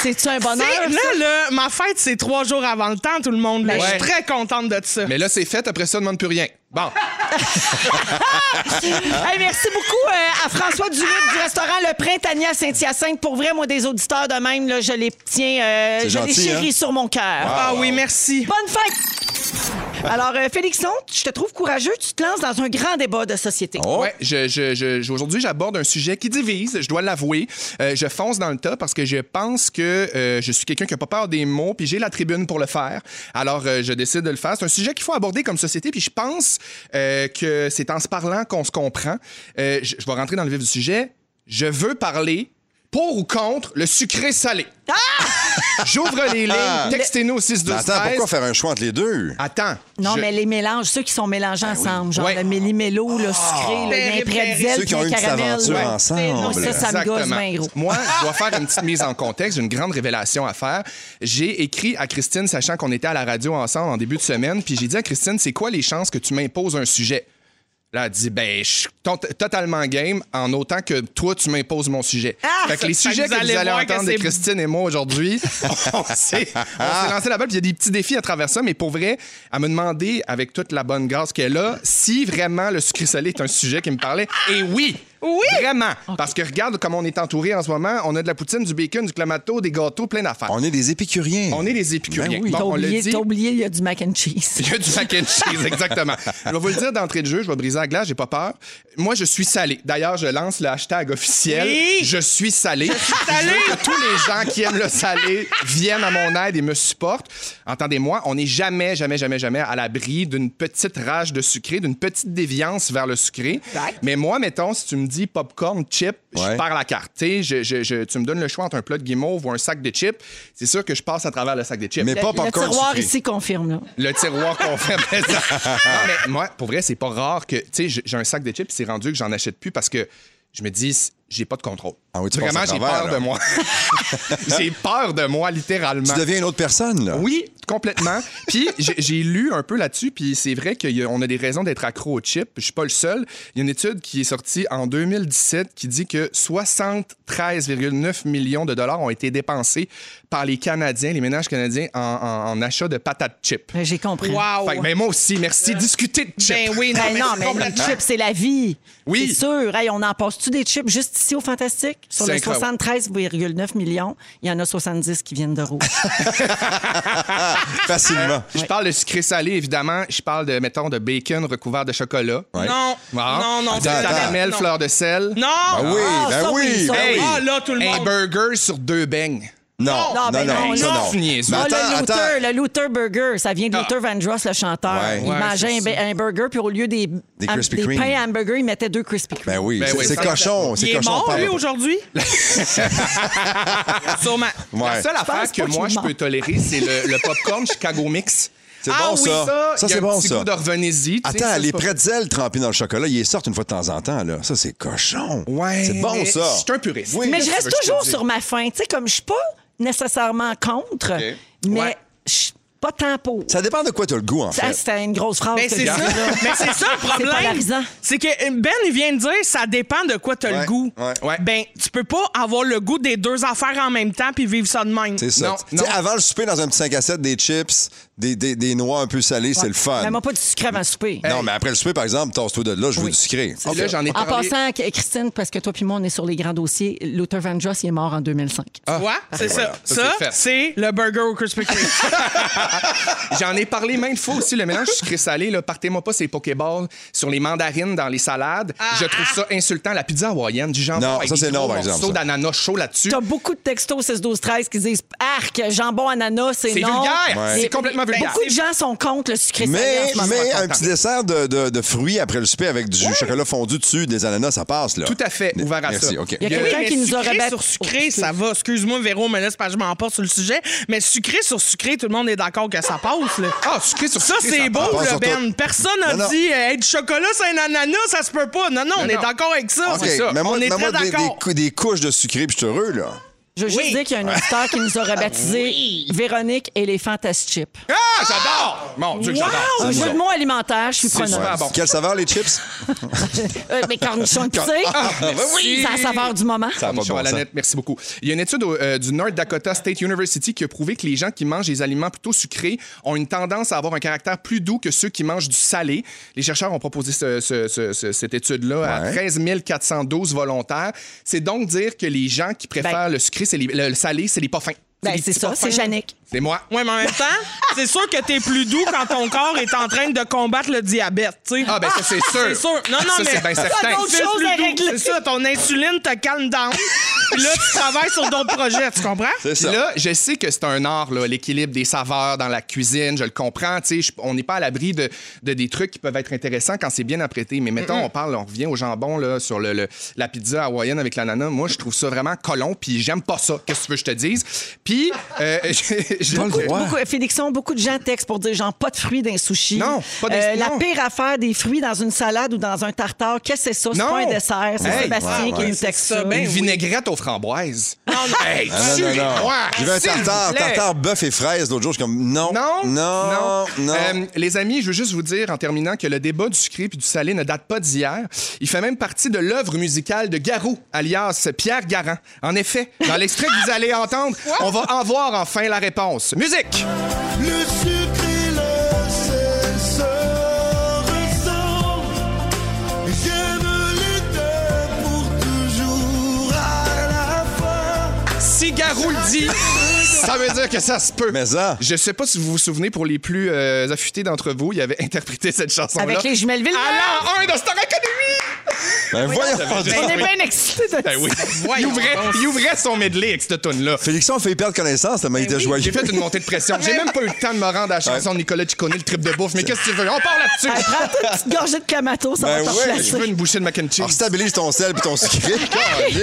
Speaker 5: C'est-tu un bonheur?
Speaker 3: T'sais,
Speaker 5: ça?
Speaker 3: là, là, ma fête, c'est trois jours avant le temps, tout le monde. là.
Speaker 1: Ouais.
Speaker 3: Je suis très contente de ça.
Speaker 1: Mais là, c'est fait. Après ça, on ne demande plus rien. Bon.
Speaker 5: Hey, merci beaucoup euh, à François Duluth du restaurant Le Printanier à Saint-Hyacinthe. Pour vrai, moi, des auditeurs de même, là, je les tiens, euh,
Speaker 2: C'est
Speaker 5: je les
Speaker 2: gentil,
Speaker 5: chéris
Speaker 2: hein?
Speaker 5: sur mon cœur.
Speaker 3: Ah oui, merci.
Speaker 5: Bonne fête! Alors, euh, Félixon, je te trouve courageux. Tu te lances dans un grand débat de société.
Speaker 2: Oh.
Speaker 1: Ouais, je, je- je- je- aujourd'hui, j'aborde un sujet qui divise, je dois l'avouer. Euh, je fonce dans le tas parce que je pense que euh, je suis quelqu'un qui n'a pas peur des mots, puis j'ai la tribune pour le faire. Alors, euh, je décide de le faire. C'est un sujet qu'il faut aborder comme société, puis je pense euh, que c'est en se parlant qu'on se comprend. Euh, je, je vais rentrer dans le vif du sujet. Je veux parler pour ou contre le sucré salé. J'ouvre les lignes. Textez-nous au 6
Speaker 2: Ah! Mais attends, pourquoi faire un choix entre les deux?
Speaker 1: Attends.
Speaker 5: Non,
Speaker 1: je-
Speaker 5: mais les mélanges, ceux qui sont mélangés ensemble, genre
Speaker 1: Ouais.
Speaker 5: le méli-mélo, le sucré, le
Speaker 3: Péri-
Speaker 5: lien
Speaker 3: péri-
Speaker 5: pretzel,
Speaker 2: Ceux qui
Speaker 5: puis
Speaker 2: ont
Speaker 5: le
Speaker 2: eu une petite
Speaker 5: caramel.
Speaker 2: aventure
Speaker 5: Ouais.
Speaker 2: ensemble.
Speaker 5: C'est- non, Ça, ça me gosse
Speaker 1: Exactement.
Speaker 5: bien gros.
Speaker 1: Moi, je dois faire une petite mise en contexte, une grande révélation à faire. J'ai écrit à Christine, sachant qu'on était à la radio ensemble en début de semaine, puis j'ai dit à Christine, c'est quoi les chances que tu m'imposes un sujet? Là, elle dit, ben, je suis to- totalement game en autant que toi, tu m'imposes mon sujet. fait que les
Speaker 3: Ah! Fait que
Speaker 1: sujets
Speaker 3: vous
Speaker 1: que vous
Speaker 3: allez
Speaker 1: allez
Speaker 3: voir que
Speaker 1: entendre de
Speaker 3: c'est-
Speaker 1: Christine et moi aujourd'hui, on s'est on s'est lancé la balle, puis il y a des petits défis à travers ça, mais pour vrai, à me demander, avec toute la bonne grâce qu'elle a, si vraiment le sucré salé est un sujet qui me parlait, et oui!
Speaker 3: Oui!
Speaker 1: Vraiment. Parce que regarde comment on est entouré en ce moment. On a de la poutine, du bacon, du clamato, des gâteaux, plein d'affaires.
Speaker 2: On est des épicuriens.
Speaker 1: On est des épicuriens.
Speaker 2: Ben oui.
Speaker 1: Bon,
Speaker 5: T'as
Speaker 1: on le
Speaker 5: oublié,
Speaker 1: dit.
Speaker 5: t'as oublié, il y a du mac and cheese.
Speaker 1: Il y a du mac and cheese, exactement. Je vais vous le dire d'entrée de jeu, je vais briser la glace, j'ai pas peur. Moi, je suis salé. D'ailleurs, je lance le hashtag officiel.
Speaker 3: Oui.
Speaker 1: Je suis salé. Je suis salé. que tous les gens qui aiment le salé viennent à mon aide et me supportent. Entendez-moi, on n'est jamais, jamais, jamais, jamais à l'abri d'une petite rage de sucré, d'une petite déviance vers le sucré.
Speaker 3: Exact.
Speaker 1: Mais moi, mettons, si tu me dis popcorn, chip,
Speaker 2: Ouais.
Speaker 1: je pars la carte. Tu sais, Je, je- je- tu me donnes le choix entre un plat de guimauve ou un sac de chips. C'est sûr que je passe à travers le sac de chips.
Speaker 2: Mais pas
Speaker 5: Le, le
Speaker 2: popcorn
Speaker 5: tiroir
Speaker 2: sucré.
Speaker 5: ici confirme. Là.
Speaker 1: Le tiroir qu'on fait. mais ça- Non, mais moi, pour vrai, c'est pas rare que. Tu sais, j'ai- j'ai un sac de chips, c'est rendu que j'en achète plus parce que je me dis, j'ai pas de contrôle.
Speaker 2: Ah oui, tu
Speaker 1: Vraiment,
Speaker 2: passes à
Speaker 1: j'ai
Speaker 2: travers,
Speaker 1: peur
Speaker 2: là.
Speaker 1: de moi. j'ai peur de moi, littéralement.
Speaker 2: Tu deviens une autre personne, là.
Speaker 1: Oui, complètement. Puis j'ai- j'ai lu un peu là-dessus, puis c'est vrai qu'on a, des raisons d'être accro aux chips. Je suis pas le seul. Il y a une étude qui est sortie en 2017 qui dit que 73,9 millions de dollars ont été dépensés par les Canadiens, les ménages canadiens, en, en- en achat de patates chips.
Speaker 5: Ben, J'ai compris.
Speaker 3: Wow!
Speaker 1: Fait que, mais moi aussi, merci. Discuter de chips.
Speaker 3: Ben oui, non,
Speaker 5: Ben
Speaker 3: mais
Speaker 5: non,
Speaker 3: c'est
Speaker 5: mais les
Speaker 3: complètement-
Speaker 5: chips, c'est la vie.
Speaker 1: Oui.
Speaker 5: C'est sûr. Hey, on en passe-tu des chips juste ici au Fantastique? Sur
Speaker 1: C'est
Speaker 5: les
Speaker 1: incroyable.
Speaker 5: 73,9 millions, il y en a 70 qui viennent de rouge.
Speaker 2: Facilement.
Speaker 1: Je parle de sucré salé, évidemment. Je parle de, mettons, de bacon recouvert de chocolat.
Speaker 2: Ouais.
Speaker 3: Non,
Speaker 1: Ah.
Speaker 3: non, non,
Speaker 1: De
Speaker 3: c'est
Speaker 2: attends.
Speaker 3: jamais-
Speaker 1: caramel,
Speaker 3: non.
Speaker 1: fleur de sel.
Speaker 3: Non!
Speaker 2: Ah oui,
Speaker 5: Ah,
Speaker 2: ben
Speaker 5: ça, oui,
Speaker 2: oui.
Speaker 5: ça,
Speaker 2: ben
Speaker 5: oui.
Speaker 3: Ah, là, tout le
Speaker 1: Un
Speaker 3: monde.
Speaker 1: burger sur deux beignes.
Speaker 2: Non, non,
Speaker 5: Non,
Speaker 2: non,
Speaker 5: ben non,
Speaker 2: ça,
Speaker 5: non.
Speaker 2: non.
Speaker 1: Finis,
Speaker 2: Mais
Speaker 1: ça.
Speaker 5: Ah,
Speaker 2: attends,
Speaker 5: le Luther,
Speaker 2: attends.
Speaker 5: le Luther Burger, ça vient de Luther Vandross, le chanteur.
Speaker 2: Ouais.
Speaker 5: Il
Speaker 1: Ouais,
Speaker 5: mangeait
Speaker 1: c'est
Speaker 5: un, ba-
Speaker 1: ça.
Speaker 5: un burger, puis au lieu des, ham-
Speaker 2: Krispy
Speaker 5: des
Speaker 2: Kreme.
Speaker 5: pains hamburger, il mettait deux Krispy Kreme.
Speaker 2: Ben oui,
Speaker 1: Ben
Speaker 2: c'est-
Speaker 1: oui,
Speaker 2: c'est
Speaker 1: ça,
Speaker 2: cochon,
Speaker 3: Il
Speaker 2: c'est
Speaker 3: est
Speaker 2: cochon. on
Speaker 3: mort,
Speaker 2: parle.
Speaker 3: lui, aujourd'hui? Sûrement.
Speaker 2: Ouais.
Speaker 1: La seule affaire que
Speaker 5: pas que
Speaker 1: moi,
Speaker 5: je
Speaker 1: je
Speaker 5: mens.
Speaker 1: peux tolérer, c'est le, le popcorn Chicago Mix.
Speaker 2: C'est
Speaker 1: ah
Speaker 2: bon,
Speaker 1: oui,
Speaker 2: ça.
Speaker 1: ça.
Speaker 2: Ça,
Speaker 1: il y a
Speaker 2: c'est
Speaker 1: un
Speaker 2: bon,
Speaker 1: petit
Speaker 2: ça.
Speaker 1: goût de revenez-y. tu sais,
Speaker 2: Attends,
Speaker 1: ça,
Speaker 2: les
Speaker 1: c'est pas-
Speaker 2: pretzels trempés dans le chocolat, ils les sortent une fois de temps en temps, là. Ça, c'est cochon.
Speaker 1: Ouais,
Speaker 2: C'est bon,
Speaker 1: mais
Speaker 2: ça.
Speaker 1: je suis un puriste.
Speaker 2: Oui.
Speaker 5: Mais
Speaker 1: Qu'est-ce
Speaker 5: je
Speaker 1: que
Speaker 5: reste
Speaker 1: tu veux que je te
Speaker 5: toujours
Speaker 1: dise?
Speaker 5: sur ma faim. Tu sais, comme je suis pas nécessairement contre,
Speaker 1: Ok.
Speaker 5: mais
Speaker 1: Ouais.
Speaker 5: je suis pas tant pour.
Speaker 2: Ça dépend de quoi tu as le goût, en
Speaker 5: Ça,
Speaker 2: fait.
Speaker 5: C'était une grosse phrase.
Speaker 3: Ben,
Speaker 5: que
Speaker 3: c'est
Speaker 5: j'ai
Speaker 3: ça.
Speaker 5: dit, là.
Speaker 3: Mais c'est ça le
Speaker 5: polarisant.
Speaker 3: problème. C'est que Ben, il vient de dire, ça dépend de quoi t'as
Speaker 2: Ouais,
Speaker 3: le goût.
Speaker 2: ouais.
Speaker 1: Ouais.
Speaker 3: Ben, tu peux pas avoir le goût des deux affaires en même temps puis vivre ça de même.
Speaker 2: C'est ça.
Speaker 1: Non,
Speaker 2: Tu sais,
Speaker 1: non.
Speaker 2: avant le souper, dans un petit 5 à 7, des chips, des, des, des noix un peu salées, c'est le fun.
Speaker 5: Mais moi, pas du sucré avant le souper.
Speaker 2: Non, mais après le souper, par exemple, tasse-toi de là, je veux du sucré.
Speaker 1: Puis Là, j'en ai
Speaker 5: En
Speaker 1: parlé.
Speaker 5: passant, K- Christine, parce que toi puis moi, on est sur les grands dossiers, Luther Vandross, il est mort en 2005.
Speaker 1: Ah.
Speaker 3: Tu vois? C'est ça.
Speaker 1: Ça,
Speaker 3: Ça,
Speaker 1: c'est fait.
Speaker 3: c'est le burger au Krispy Kreme. Ah
Speaker 1: J'en ai parlé maintes fois aussi, le mélange sucré-salé. là, Partez-moi pas ces pokéballs sur les mandarines dans les salades.
Speaker 3: Ah,
Speaker 1: je trouve ça insultant. La pizza hawaïenne, du jambon
Speaker 2: Non,
Speaker 1: avec
Speaker 2: ça,
Speaker 1: des
Speaker 2: c'est non,
Speaker 1: gros
Speaker 2: par exemple,
Speaker 1: morceaux
Speaker 2: ça.
Speaker 1: d'ananas chaud là-dessus.
Speaker 5: T'as beaucoup de textos 6 12 13 qui disent arc jambon ananas c'est
Speaker 1: C'est
Speaker 5: non.
Speaker 1: vulgaire.
Speaker 2: Ouais.
Speaker 1: C'est complètement vulgaire.
Speaker 5: Beaucoup de gens sont contre le sucré salé en
Speaker 2: Mais,
Speaker 5: ce moment.
Speaker 2: mais
Speaker 1: on
Speaker 2: un
Speaker 1: s'entend.
Speaker 2: petit dessert de, de- de fruits après le souper avec du chocolat fondu dessus, des ananas, ça passe, là.
Speaker 1: Tout à fait
Speaker 2: Mais-
Speaker 1: ouvert à
Speaker 2: Merci,
Speaker 1: ça.
Speaker 2: OK.
Speaker 5: Il y a
Speaker 1: Il y a-
Speaker 5: quelqu'un
Speaker 3: Mais
Speaker 5: qui nous a Oh,
Speaker 3: sucré
Speaker 5: rabattu.
Speaker 3: sur sucré, ça va. Excuse-moi, Véro, mais là, c'est parce que je m'emporte sur le sujet. Mais sucré sur sucré, tout le monde est d'accord que ça passe, là.
Speaker 1: Ah, sucré sur
Speaker 3: Ça,
Speaker 1: sucré,
Speaker 3: c'est beau,
Speaker 1: passe.
Speaker 2: passe
Speaker 3: là,
Speaker 2: sur
Speaker 3: Ben.
Speaker 2: tout.
Speaker 3: Personne n'a
Speaker 2: Non, non.
Speaker 3: dit hey, du chocolat, c'est un ananas, ça se peut pas. Non, non, on est
Speaker 1: non.
Speaker 3: d'accord avec ça.
Speaker 2: OK,
Speaker 1: c'est ça.
Speaker 2: mais moi,
Speaker 3: on est
Speaker 2: mais moi,
Speaker 3: très
Speaker 2: des, des,
Speaker 3: d'accord.
Speaker 2: cou- des couches de sucré, puis je suis heureux, là.
Speaker 5: Je veux juste
Speaker 3: Oui.
Speaker 5: dire qu'il y a un auditeur qui nous a rebaptisé Véronique et les Fantastichips.
Speaker 1: Ah, j'adore! Mon Dieu, que
Speaker 3: Wow!
Speaker 1: j'adore.
Speaker 5: Un
Speaker 2: nous
Speaker 5: jeu de
Speaker 2: autres.
Speaker 5: mots alimentaires, je suis preneuse.
Speaker 1: super Ah bon.
Speaker 2: Quelle saveur, les chips?
Speaker 5: Euh, mais cornichons tu
Speaker 1: oui.
Speaker 5: c'est la saveur du moment.
Speaker 2: Ça a pas de
Speaker 1: Michel
Speaker 2: bon sens.
Speaker 1: Alanette, merci beaucoup. Il y a une étude euh, du North Dakota State University qui a prouvé que les gens qui mangent des aliments plutôt sucrés ont une tendance à avoir un caractère plus doux que ceux qui mangent du salé. Les chercheurs ont proposé ce- ce- ce- ce- cette étude-là à
Speaker 2: Ouais.
Speaker 1: 13 412 volontaires. C'est donc dire que les gens qui préfèrent le sucré, c'est les- le, le salé, c'est les pas fins.
Speaker 5: Ben,
Speaker 1: les
Speaker 5: c'est
Speaker 1: petits
Speaker 5: ça,
Speaker 1: pas
Speaker 5: c'est
Speaker 1: fins.
Speaker 5: Yannick.
Speaker 1: C'est moi.
Speaker 3: Oui, mais en même temps, c'est sûr que t'es plus doux quand ton corps est en train de combattre le diabète, tu sais.
Speaker 1: Ah, ben, ça, c'est sûr.
Speaker 3: C'est sûr. Non, non,
Speaker 1: Ça,
Speaker 3: mais.
Speaker 1: c'est bien certain.
Speaker 3: T'es
Speaker 5: D'autres choses à
Speaker 3: plus doux.
Speaker 5: régler.
Speaker 3: C'est ça, ton insuline te calme down. Puis là, tu travailles sur d'autres projets, tu comprends?
Speaker 2: C'est
Speaker 1: Puis
Speaker 2: ça.
Speaker 1: là, je sais que c'est un art, là, l'équilibre des saveurs dans la cuisine, je le comprends. tu sais, je- on n'est pas à l'abri de, de des trucs qui peuvent être intéressants quand c'est bien apprêté. Mais mettons, on parle, on revient au jambon là, sur le, le- la pizza hawaïenne avec l'ananas. Moi, je trouve ça vraiment colon, puis j'aime pas ça. Qu'est-ce que tu veux que je te dise? Puis, euh, je-
Speaker 2: Pas le droit.
Speaker 5: Beaucoup, Félixon, beaucoup de gens textent pour dire genre pas de fruits d'un sushi. Euh,
Speaker 1: Non, pas des-
Speaker 5: La
Speaker 1: non.
Speaker 5: pire affaire des fruits dans une salade ou dans un tartare, qu'est-ce que c'est ça? C'est
Speaker 1: Non.
Speaker 5: pas un dessert. C'est
Speaker 1: Hey.
Speaker 5: Sébastien
Speaker 2: Ouais,
Speaker 5: qui
Speaker 2: ouais.
Speaker 5: nous texte
Speaker 3: C'est
Speaker 5: ça.
Speaker 3: ça, ben
Speaker 1: une
Speaker 3: oui.
Speaker 1: vinaigrette aux framboises.
Speaker 2: Ah,
Speaker 1: Hey,
Speaker 2: non, non, non.
Speaker 1: suivez-moi,
Speaker 2: J'ai vu un
Speaker 1: s'il vous
Speaker 2: tartare,
Speaker 1: plaît.
Speaker 2: tartare bœuf et fraise l'autre jour. Je suis comme, non,
Speaker 1: Non,
Speaker 2: non, non.
Speaker 1: Euh, les amis, je veux juste vous dire en terminant que le débat du sucré puis du salé ne date pas d'hier. Il fait même partie de l'œuvre musicale de Garou, alias Pierre Garand. En effet, dans l'extrait que vous allez entendre, on va en voir enfin la réponse. Musique!
Speaker 6: Le sucre et le sel se ressemblent. J'aime les deux pour
Speaker 1: Carou le dit, ça veut dire que ça se peut.
Speaker 2: Mais ça.
Speaker 1: Je sais pas si vous vous souvenez, pour les plus euh, affûtés d'entre vous, il avait interprété cette chanson-là.
Speaker 5: Avec les jumelles Villeneuve.
Speaker 1: Alors, un de Star Academy!
Speaker 2: Ben voyons
Speaker 5: On
Speaker 2: donc.
Speaker 5: est bien excités de
Speaker 1: Ben oui. il,
Speaker 3: Voyons
Speaker 1: ouvrait,
Speaker 3: donc.
Speaker 1: il ouvrait son medley avec cette tune là
Speaker 2: Félixon a failli perdre connaissance, tellement il était joyeux.
Speaker 1: J'ai fait une montée de pression. J'ai même pas eu le temps de me rendre à la chanson de Nicolas Ciccone, le trip de bouffe. Mais qu'est-ce que tu veux? On part là-dessus.
Speaker 5: Hey, prends ta petite gorgée de clamato, ça
Speaker 2: Ben
Speaker 5: va te
Speaker 2: ouais,
Speaker 1: Je
Speaker 5: replacer.
Speaker 1: veux une bouchée de mac and
Speaker 2: On
Speaker 1: cheese.
Speaker 2: stabilise ton sel puis ton sucré. Calif.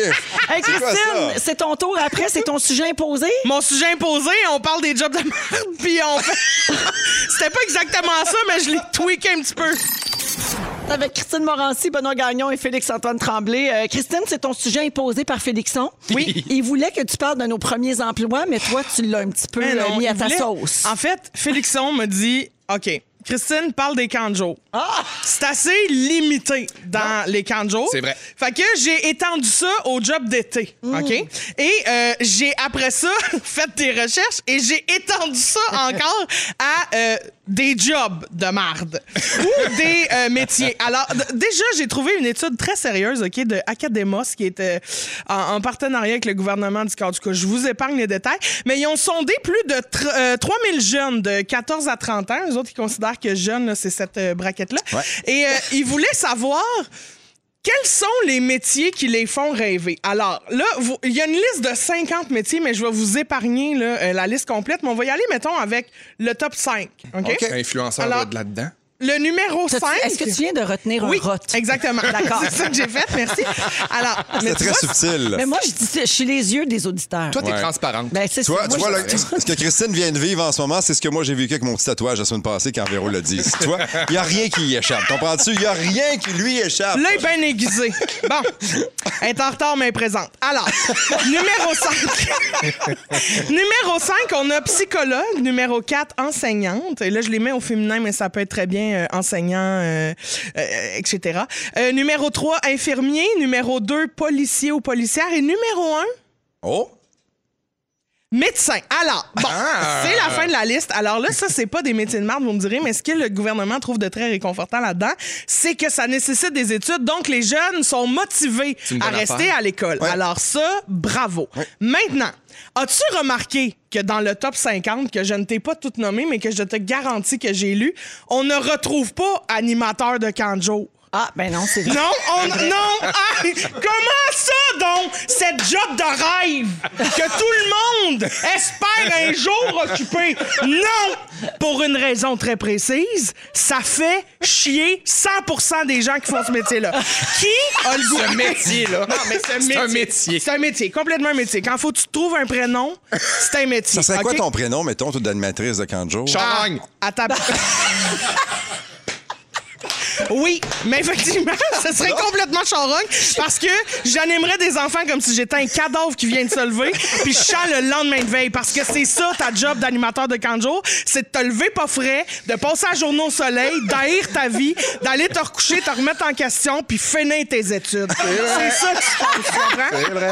Speaker 5: Hey,
Speaker 2: C'est quoi
Speaker 5: Christine,
Speaker 2: ça?
Speaker 5: c'est ton tour après, c'est ton sujet imposé.
Speaker 3: Mon sujet imposé, on parle des jobs de merde, puis on fait... C'était pas exactement ça, mais je l'ai tweaké un petit peu.
Speaker 5: Avec Christine Morancy, Benoît Gagnon et Félix-Antoine Tremblay. Euh, Christine, c'est ton sujet imposé par Félixon.
Speaker 1: Oui.
Speaker 5: Il voulait que tu parles de nos premiers emplois, mais toi, tu l'as un petit peu
Speaker 3: Mais
Speaker 5: euh,
Speaker 3: non,
Speaker 5: mis à
Speaker 3: il
Speaker 5: ta
Speaker 3: voulait-
Speaker 5: sauce.
Speaker 3: En fait, Félixon me dit OK, Christine parle des canjos.
Speaker 5: Ah!
Speaker 3: C'est assez limité dans les canjos.
Speaker 1: C'est vrai.
Speaker 3: Fait que j'ai étendu ça au job d'été. OK? Et euh, j'ai, après ça, fait des recherches et j'ai étendu ça encore à euh, des jobs de marde ou des euh, métiers. Alors, d- déjà, j'ai trouvé une étude très sérieuse, OK, de Academos qui était en, en partenariat avec le gouvernement du Canada. Je vous épargne les détails, mais ils ont sondé plus de tr- euh, 3000 jeunes de 14 à 30 ans. Les autres, ils considèrent que jeunes, là, c'est cette euh, braquette-là.
Speaker 2: Ouais.
Speaker 3: Et euh, ils voulaient savoir quels sont les métiers qui les font rêver? Alors, là, vous- il y a une liste de 50 métiers, mais je vais vous épargner là, euh, la liste complète. Mais on va y aller, mettons, avec le top 5. OK?
Speaker 1: OK. Ah, Influenceur
Speaker 3: Alors-
Speaker 1: de là-dedans.
Speaker 3: Le numéro 5.
Speaker 5: T'as-tu- Est-ce que tu viens de retenir
Speaker 3: Oui,
Speaker 5: un rot?
Speaker 3: exactement.
Speaker 5: D'accord.
Speaker 3: C'est ça que j'ai fait, merci. Alors, mais
Speaker 2: C'était
Speaker 3: tu
Speaker 2: très
Speaker 3: vois,
Speaker 2: subtil.
Speaker 5: Mais moi, je dis, je suis les yeux des auditeurs.
Speaker 1: Toi, t'es
Speaker 2: Ouais.
Speaker 1: transparente.
Speaker 5: Ben, c'est
Speaker 2: Tu vois,
Speaker 5: ça.
Speaker 2: tu
Speaker 5: Moi,
Speaker 2: vois
Speaker 5: je-
Speaker 2: là, ce que Christine vient de vivre en ce moment, c'est ce que moi j'ai vécu avec mon petit tatouage la semaine passée quand Véro l'a dit. Tu vois, il n'y a rien qui y échappe. Comprends-tu? Il n'y a rien qui lui échappe.
Speaker 3: Là, il est bien aiguisé. Bon. Elle est en retard, mais elle est présente. Alors, numéro 5. numéro 5, on a psychologue. Numéro 4, enseignante. Et là, je les mets au féminin, mais ça peut être très bien euh, enseignant, euh, euh, etc. Euh, numéro 3, infirmier. Numéro 2, policier ou policière. Et numéro 1,
Speaker 2: Oh!
Speaker 3: Médecin. Alors, bon,
Speaker 1: Ah!
Speaker 3: c'est la fin de la liste. Alors là, ça, c'est pas des métiers de marde, vous me direz, mais ce que le gouvernement trouve de très réconfortant là-dedans, c'est que ça nécessite des études, donc les jeunes sont motivés
Speaker 1: une
Speaker 3: à
Speaker 1: bonne
Speaker 3: rester
Speaker 1: affaire.
Speaker 3: à l'école.
Speaker 2: Ouais.
Speaker 3: Alors ça, bravo. Maintenant, as-tu remarqué que dans le top 50, que je ne t'ai pas tout nommé, mais que je te garantis que j'ai lu, on ne retrouve pas animateur de camp de jour?
Speaker 5: Ah, ben non, c'est vrai.
Speaker 3: Non, on, non, ah, comment ça donc, cette job de rêve que tout le monde espère un jour occuper? Non, pour une raison très précise, ça fait chier 100% des gens qui font ce métier-là. Qui a le goût?
Speaker 1: Ce métier-là.
Speaker 3: Non, mais c'est
Speaker 1: C'est un métier.
Speaker 3: C'est un métier, complètement un métier. Quand faut que tu te trouves un prénom, c'est un métier.
Speaker 2: Ça serait quoi
Speaker 3: OK?
Speaker 2: ton prénom, mettons, toi, d'animatrice de Kanjo?
Speaker 1: Champagne.
Speaker 3: À ta... Oui, mais effectivement, ce serait complètement charogne parce que j'animerais des enfants comme si j'étais un cadavre qui vient de se lever, puis je chante le lendemain de veille parce que c'est ça ta job d'animateur de canjo, c'est de te lever pas frais, de passer la journée au soleil, d'haïr ta vie, d'aller te recoucher, te remettre en question, puis finir tes études. C'est ça que tu fais, tu comprends?
Speaker 1: C'est vrai.